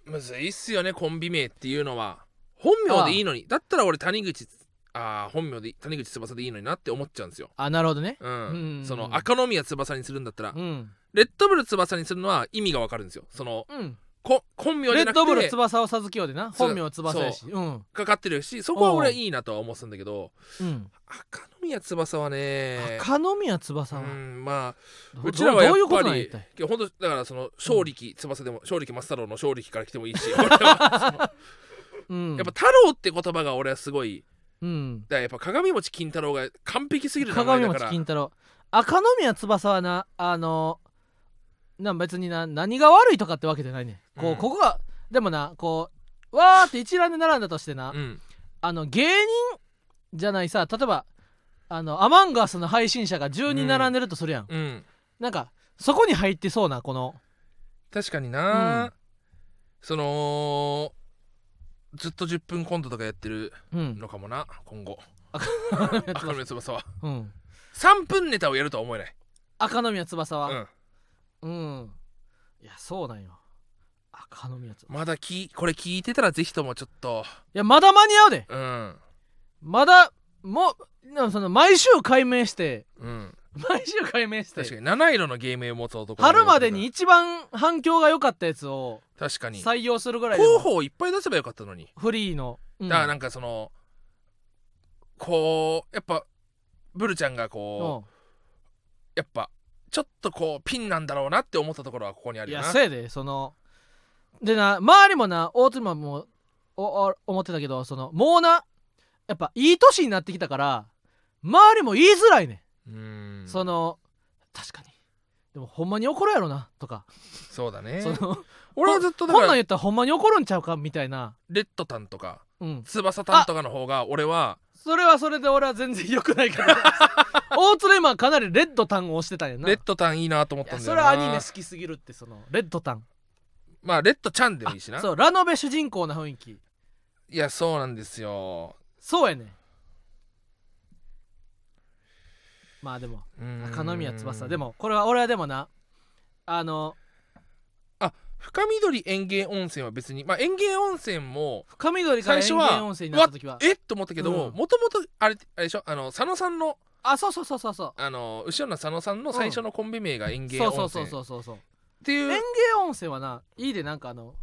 Speaker 2: むずいっすよねコンビ名っていうのは本名でいいのにだったら俺谷口あー本名で谷口翼でいいのになって思っちゃうんですよ
Speaker 1: あなるほどね
Speaker 2: うん、
Speaker 1: うん
Speaker 2: その赤宮翼にするんだったら、
Speaker 1: うん
Speaker 2: レッドブル翼にするのは意味がわかるんですよその
Speaker 1: うん
Speaker 2: こ本名じ
Speaker 1: レ
Speaker 2: ゃな
Speaker 1: ッ
Speaker 2: く
Speaker 1: ドブル
Speaker 2: て
Speaker 1: 翼を授けようでな
Speaker 2: そう
Speaker 1: 本名翼やしうん
Speaker 2: かかってるしそこは俺
Speaker 1: おう
Speaker 2: いいなとは思ってたんだけど
Speaker 1: うん
Speaker 2: 赤宮翼はね
Speaker 1: 赤宮翼は
Speaker 2: うんまあ
Speaker 1: ど
Speaker 2: うちらはやっ
Speaker 1: どういうこ
Speaker 2: ぱ
Speaker 1: となんや一
Speaker 2: り
Speaker 1: 体
Speaker 2: いや本当だからその勝力翼でも勝力松太郎の勝力から来てもい いし俺は
Speaker 1: うん
Speaker 2: やっぱ太郎って言葉が俺はすごい
Speaker 1: うん
Speaker 2: だからやっぱ鏡餅金太郎が完璧すぎる名前
Speaker 1: 鏡
Speaker 2: だか
Speaker 1: 餅
Speaker 2: ら
Speaker 1: 金太郎赤宮翼はなあのな別にな何が悪いとかってわけじゃないねこう、
Speaker 2: うん
Speaker 1: ここがでもなこうわーって一覧で並んだとしてな、
Speaker 2: うん
Speaker 1: あの芸人じゃないさ例えばあのアマンガスの配信者が10人並んでるとするやん、
Speaker 2: うん
Speaker 1: なんかそこに入ってそうなこの
Speaker 2: 確かにな、
Speaker 1: うん
Speaker 2: そのずっと10分コントとかやってる
Speaker 1: うん
Speaker 2: のかもな今後
Speaker 1: 赤
Speaker 2: 赤
Speaker 1: 宮翼
Speaker 2: 宮翼は
Speaker 1: うん
Speaker 2: 3分ネタをやるとは思えない、
Speaker 1: 赤宮翼
Speaker 2: う
Speaker 1: は
Speaker 2: ん、
Speaker 1: うん、いやそうなんよ赤宮翼い
Speaker 2: まだきこれ聞いてたらぜひともちょっと
Speaker 1: やまだ間に合うで
Speaker 2: うん
Speaker 1: まだもうなんかその毎週解明して
Speaker 2: うん
Speaker 1: 毎週解明して
Speaker 2: 確かに七色の芸名を持つ男
Speaker 1: 春までに一番反響が良かったやつを
Speaker 2: 確かに
Speaker 1: 採用するぐらいでも
Speaker 2: 候補をいっぱい出せばよかったのに、
Speaker 1: フリーの、うん
Speaker 2: だからなんかそのこうやっぱブルちゃんがこうやっぱちょっとこうピンなんだろうなって思ったところはここにあ
Speaker 1: うん
Speaker 2: る
Speaker 1: い
Speaker 2: よ
Speaker 1: や
Speaker 2: な
Speaker 1: せいでそのでな周りもな大津マンもおお思ってたけどそのもうなやっぱいい年になってきたから周りも言いづらいね、
Speaker 2: うーん
Speaker 1: ん、その確かにでもほんまに怒るやろなとか、
Speaker 2: そうだね
Speaker 1: その
Speaker 2: 俺はずっとだ
Speaker 1: こん
Speaker 2: か
Speaker 1: なん
Speaker 2: ら
Speaker 1: 言ったらほんまに怒るんちゃうかみたいな
Speaker 2: レッドタンとか
Speaker 1: うん
Speaker 2: 翼タンとかの方が俺は
Speaker 1: それはそれで俺は全然良くない から大津レマンかなりレッドタンを押してたんやな
Speaker 2: レッドタンいいなと思っ
Speaker 1: い
Speaker 2: た
Speaker 1: や
Speaker 2: んだ
Speaker 1: そ
Speaker 2: よ
Speaker 1: れ
Speaker 2: な
Speaker 1: はアニメ好きすぎるってそのレッドタン
Speaker 2: まあレッドちゃんでもいいしな
Speaker 1: そうラノベ主人公な雰囲気
Speaker 2: いやそうなんですよ
Speaker 1: そうやねまあでも
Speaker 2: うーん
Speaker 1: 赤宮翼でもこれは俺はでもなあの
Speaker 2: 深緑園芸温泉は別にまあ園芸温泉も
Speaker 1: 深緑から
Speaker 2: 最
Speaker 1: 園
Speaker 2: 初は
Speaker 1: 芸温泉になった時は
Speaker 2: えっと思ったけども
Speaker 1: うん
Speaker 2: ともとあれあれでしょあの佐野さんの
Speaker 1: あそうそうそうそうそう
Speaker 2: あの後ろの佐野さんの最初のコンビ名が園芸
Speaker 1: そ
Speaker 2: 温
Speaker 1: うそ
Speaker 2: 泉
Speaker 1: うそうそ
Speaker 2: っ
Speaker 1: うそうそう
Speaker 2: ていう
Speaker 1: 園芸温泉はないいでなんかあの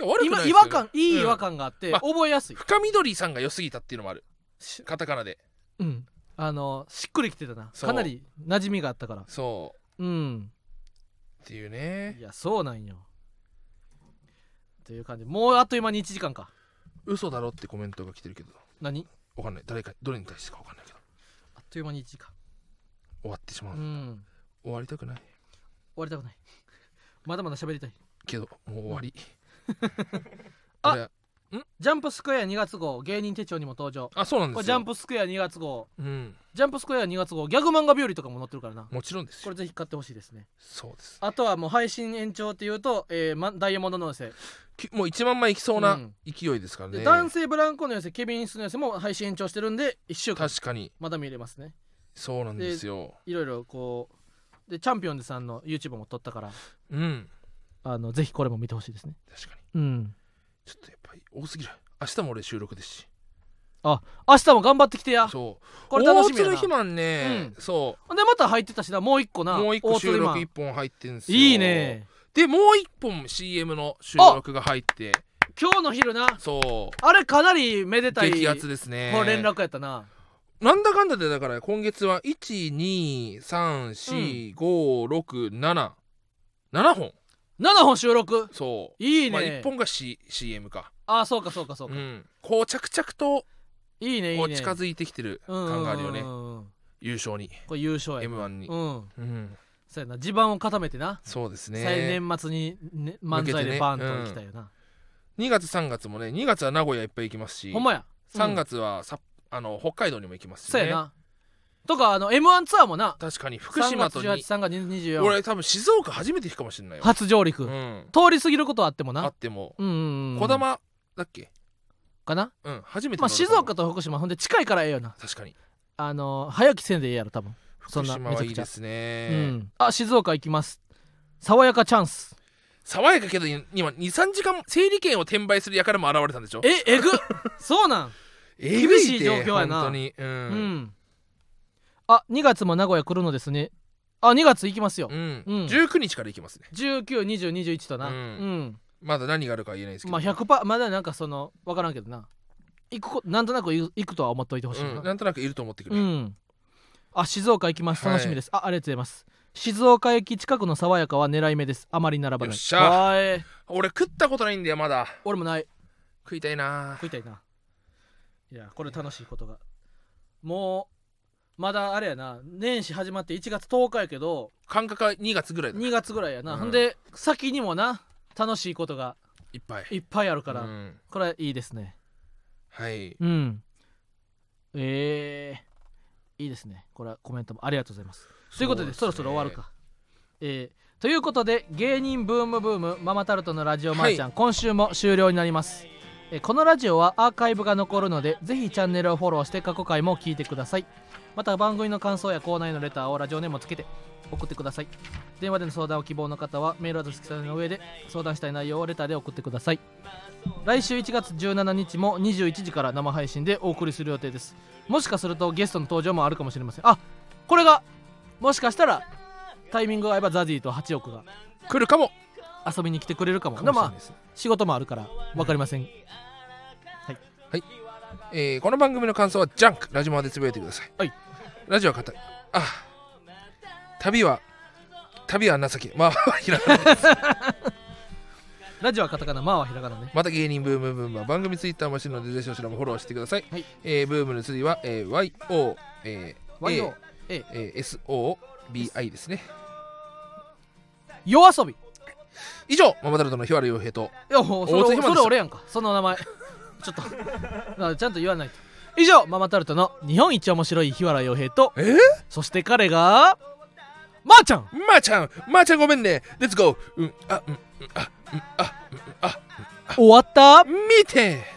Speaker 2: いや悪くな
Speaker 1: 今違
Speaker 2: いですよね
Speaker 1: 和感いい違和感があって
Speaker 2: まあ
Speaker 1: 覚えやすい
Speaker 2: 深緑さんが良すぎたっていうのもある
Speaker 1: し
Speaker 2: カタカナで
Speaker 1: うんあのしっくりきてたな
Speaker 2: そう
Speaker 1: かなり馴染みがあったから
Speaker 2: そ
Speaker 1: うん
Speaker 2: うっていうね
Speaker 1: いやそうなんよという感じもうあっという間に1時間か
Speaker 2: 嘘だろってコメントが来てるけど
Speaker 1: 何
Speaker 2: わかんない誰かどれに対してかわかんないけど
Speaker 1: あっという間に1時間
Speaker 2: 終わってしま
Speaker 1: う
Speaker 2: う、
Speaker 1: ん
Speaker 2: 終わりたくない
Speaker 1: 終わりたくない まだまだ喋りたい
Speaker 2: けどもう終 わり、
Speaker 1: あ
Speaker 2: 俺
Speaker 1: ジャンプスクエア2月号芸人手帳にも登場
Speaker 2: あそうなん
Speaker 1: こ
Speaker 2: で
Speaker 1: れ
Speaker 2: す
Speaker 1: ジ
Speaker 2: よ
Speaker 1: ャンプスクエア2月号
Speaker 2: うん
Speaker 1: ジャンプスクエア2月号ギャグ漫画日和とかも載ってるからな
Speaker 2: もちろんです
Speaker 1: こ
Speaker 2: よ
Speaker 1: れぜひ買ってほしいですね
Speaker 2: そうです
Speaker 1: あとはもう配信延長っていうと、えーま、ダイヤモンドの寄せ、
Speaker 2: きもう1万枚いきそうな
Speaker 1: うん
Speaker 2: 勢いですからね、
Speaker 1: で男性ブランコの寄せケビン・スの寄せも配信延長してるんで1週間
Speaker 2: 確かに
Speaker 1: まだ見れますね
Speaker 2: そうなんですよ
Speaker 1: いろいろこうでチャンピオンズさんの YouTube も撮ったから
Speaker 2: うん
Speaker 1: あのぜひこれも見てほしいですね
Speaker 2: 確かに
Speaker 1: うん
Speaker 2: ちょっとやっぱり多すぎる明日も俺収録ですし
Speaker 1: 明日も頑張ってきてや
Speaker 2: そう
Speaker 1: これ楽しみや
Speaker 2: 大
Speaker 1: な
Speaker 2: 鶴肥満ね、そ
Speaker 1: ほんでまた入ってたしなもう一個
Speaker 2: う
Speaker 1: な
Speaker 2: もう一個
Speaker 1: 大鶴
Speaker 2: 収
Speaker 1: 肥満
Speaker 2: 録一本入ってんすよ
Speaker 1: いいね
Speaker 2: でもう一本 CM の収録が入って
Speaker 1: 今日の昼な
Speaker 2: そう
Speaker 1: あれかなりめでたい
Speaker 2: 激アツですね
Speaker 1: こう連絡やったな
Speaker 2: なんだかんだでだから今月は123456777本
Speaker 1: 7本収録
Speaker 2: そう
Speaker 1: いい
Speaker 2: まあ、
Speaker 1: ね
Speaker 2: 1本が、C、CM か
Speaker 1: ああそうかそうかそう
Speaker 2: う
Speaker 1: か
Speaker 2: んこう着々と
Speaker 1: いいねい
Speaker 2: こ
Speaker 1: いうね
Speaker 2: 近づいてきてる感があるよね
Speaker 1: うんうんうんうん
Speaker 2: 優勝に
Speaker 1: これ優勝や
Speaker 2: m 1に、
Speaker 1: うん
Speaker 2: うん
Speaker 1: そうやな地盤を固めてな
Speaker 2: そうですね
Speaker 1: 再年末にね漫才でバーンと行きたいよな
Speaker 2: 2月3月もね2月は名古屋いっぱい行きますし
Speaker 1: ほんまや
Speaker 2: 3月はさ、あの北海道にも行きますし、
Speaker 1: そ
Speaker 2: ね、
Speaker 1: うやなとかあの m 1ツアーもな
Speaker 2: 確かに福島とに
Speaker 1: 3月18 3が24
Speaker 2: 俺多分静岡初めて行くかもしれないよ、
Speaker 1: 初上
Speaker 2: う
Speaker 1: 陸
Speaker 2: ん、
Speaker 1: 通り過ぎることはあっても
Speaker 2: あ
Speaker 1: な
Speaker 2: っても
Speaker 1: うんうんうん
Speaker 2: 児玉だっけ
Speaker 1: かな
Speaker 2: うん初めて
Speaker 1: ま
Speaker 2: 乗
Speaker 1: あ
Speaker 2: る
Speaker 1: 静岡と福島ほんで近いからええよな
Speaker 2: 確かに
Speaker 1: あの早起きせんでええやろ多分そ
Speaker 2: 福
Speaker 1: んな
Speaker 2: 島はいいです
Speaker 1: う
Speaker 2: ね、
Speaker 1: んあ静岡行きます爽やかチャン ス
Speaker 2: 爽やかけど今23時間整理券を転売する輩も現れたんでしょ
Speaker 1: ええぐそうなん
Speaker 2: えぐ
Speaker 1: 厳しい
Speaker 2: って
Speaker 1: 状況やな
Speaker 2: 本当にう、
Speaker 1: うんんあ2月も名古屋来るのですねあ2月行きますよ
Speaker 2: うん
Speaker 1: うん
Speaker 2: 19日から行きますね
Speaker 1: 192021とな
Speaker 2: う
Speaker 1: うんん
Speaker 2: まだ何があるかは言えないですけど
Speaker 1: まあ100パーまだなんかその分からんけどな行くこなんとなく行行くとは思っといてほしいな、
Speaker 2: うん、なんとなくいると思ってく
Speaker 1: う
Speaker 2: れ、
Speaker 1: ん。あ、静岡行きます。
Speaker 2: はい
Speaker 1: 楽しみです。あ、ありがとうございます。静岡駅近くの爽やかは狙い目です。あまり並ばない。
Speaker 2: よっしゃ
Speaker 1: はーい。
Speaker 2: 俺食ったことないんだよまだ
Speaker 1: 俺もない。
Speaker 2: 食いたいな
Speaker 1: 食いたいな。いや、これ楽しいことが。もう、まだあれやな。年始始まって1月10日やけど、
Speaker 2: 感覚は2月ぐらいだ
Speaker 1: 2月ぐらいやな。
Speaker 2: うん
Speaker 1: ほんで、先にもな、楽しいことが
Speaker 2: いっぱい
Speaker 1: いっぱいあるから、
Speaker 2: うん
Speaker 1: これはいいですね。
Speaker 2: はい
Speaker 1: うん。えー、いいですね。これはコメントもありがとうございます。ということでそろそろ終わるか。えーということで芸人ブームブームママタルトのラジオまーちゃん、今週も終了になります、えーこのラジオはアーカイブが残るのでぜひチャンネルをフォローして過去回も聞いてくださいまた番組の感想やコーナーへのレターをラジオネームをつけて送ってください電話での相談を希望の方はメールアドレス記載の上で相談したい内容をレターで送ってください来週1月17日も21時から生配信でお送りする予定ですもしかするとゲストの登場もあるかもしれませんあこれがもしかしたらタイミングが合えばザディと8億が
Speaker 2: 来るかも
Speaker 1: 遊びに来てくれるかも
Speaker 2: か
Speaker 1: で
Speaker 2: もしれ
Speaker 1: も
Speaker 2: ない
Speaker 1: ま
Speaker 2: で
Speaker 1: あ
Speaker 2: す
Speaker 1: 仕事もあるから分かりません、
Speaker 2: えーこの番組の感想はジャンクラジオまでつぶやいてください、
Speaker 1: はい、
Speaker 2: ラジオは語るあ旅は旅は情けまあひらがな
Speaker 1: ラジオはカタカナまあはひらがなね
Speaker 2: また芸人ブームブームは番組ツイッターもしてるのでぜひそちらもフォローしてください、
Speaker 1: はい
Speaker 2: えーブームの次は、えー YO、えー
Speaker 1: YO え
Speaker 2: えー SOBI ですね
Speaker 1: 夜遊びい
Speaker 2: 以上ママタルトの日原洋平と
Speaker 1: やもうそ
Speaker 2: 大津
Speaker 1: れ
Speaker 2: ひま
Speaker 1: そ
Speaker 2: です
Speaker 1: れ俺やんかその名前 ちょっとなちゃんと言わないと以上ママタルトの日本一面白い日原洋平と
Speaker 2: えー、
Speaker 1: そして彼がまー、ちゃん
Speaker 2: まー、ちゃんまー、ちゃんごめんねレッツゴーうんあうんうんあうんあ
Speaker 1: 終わった
Speaker 2: 見て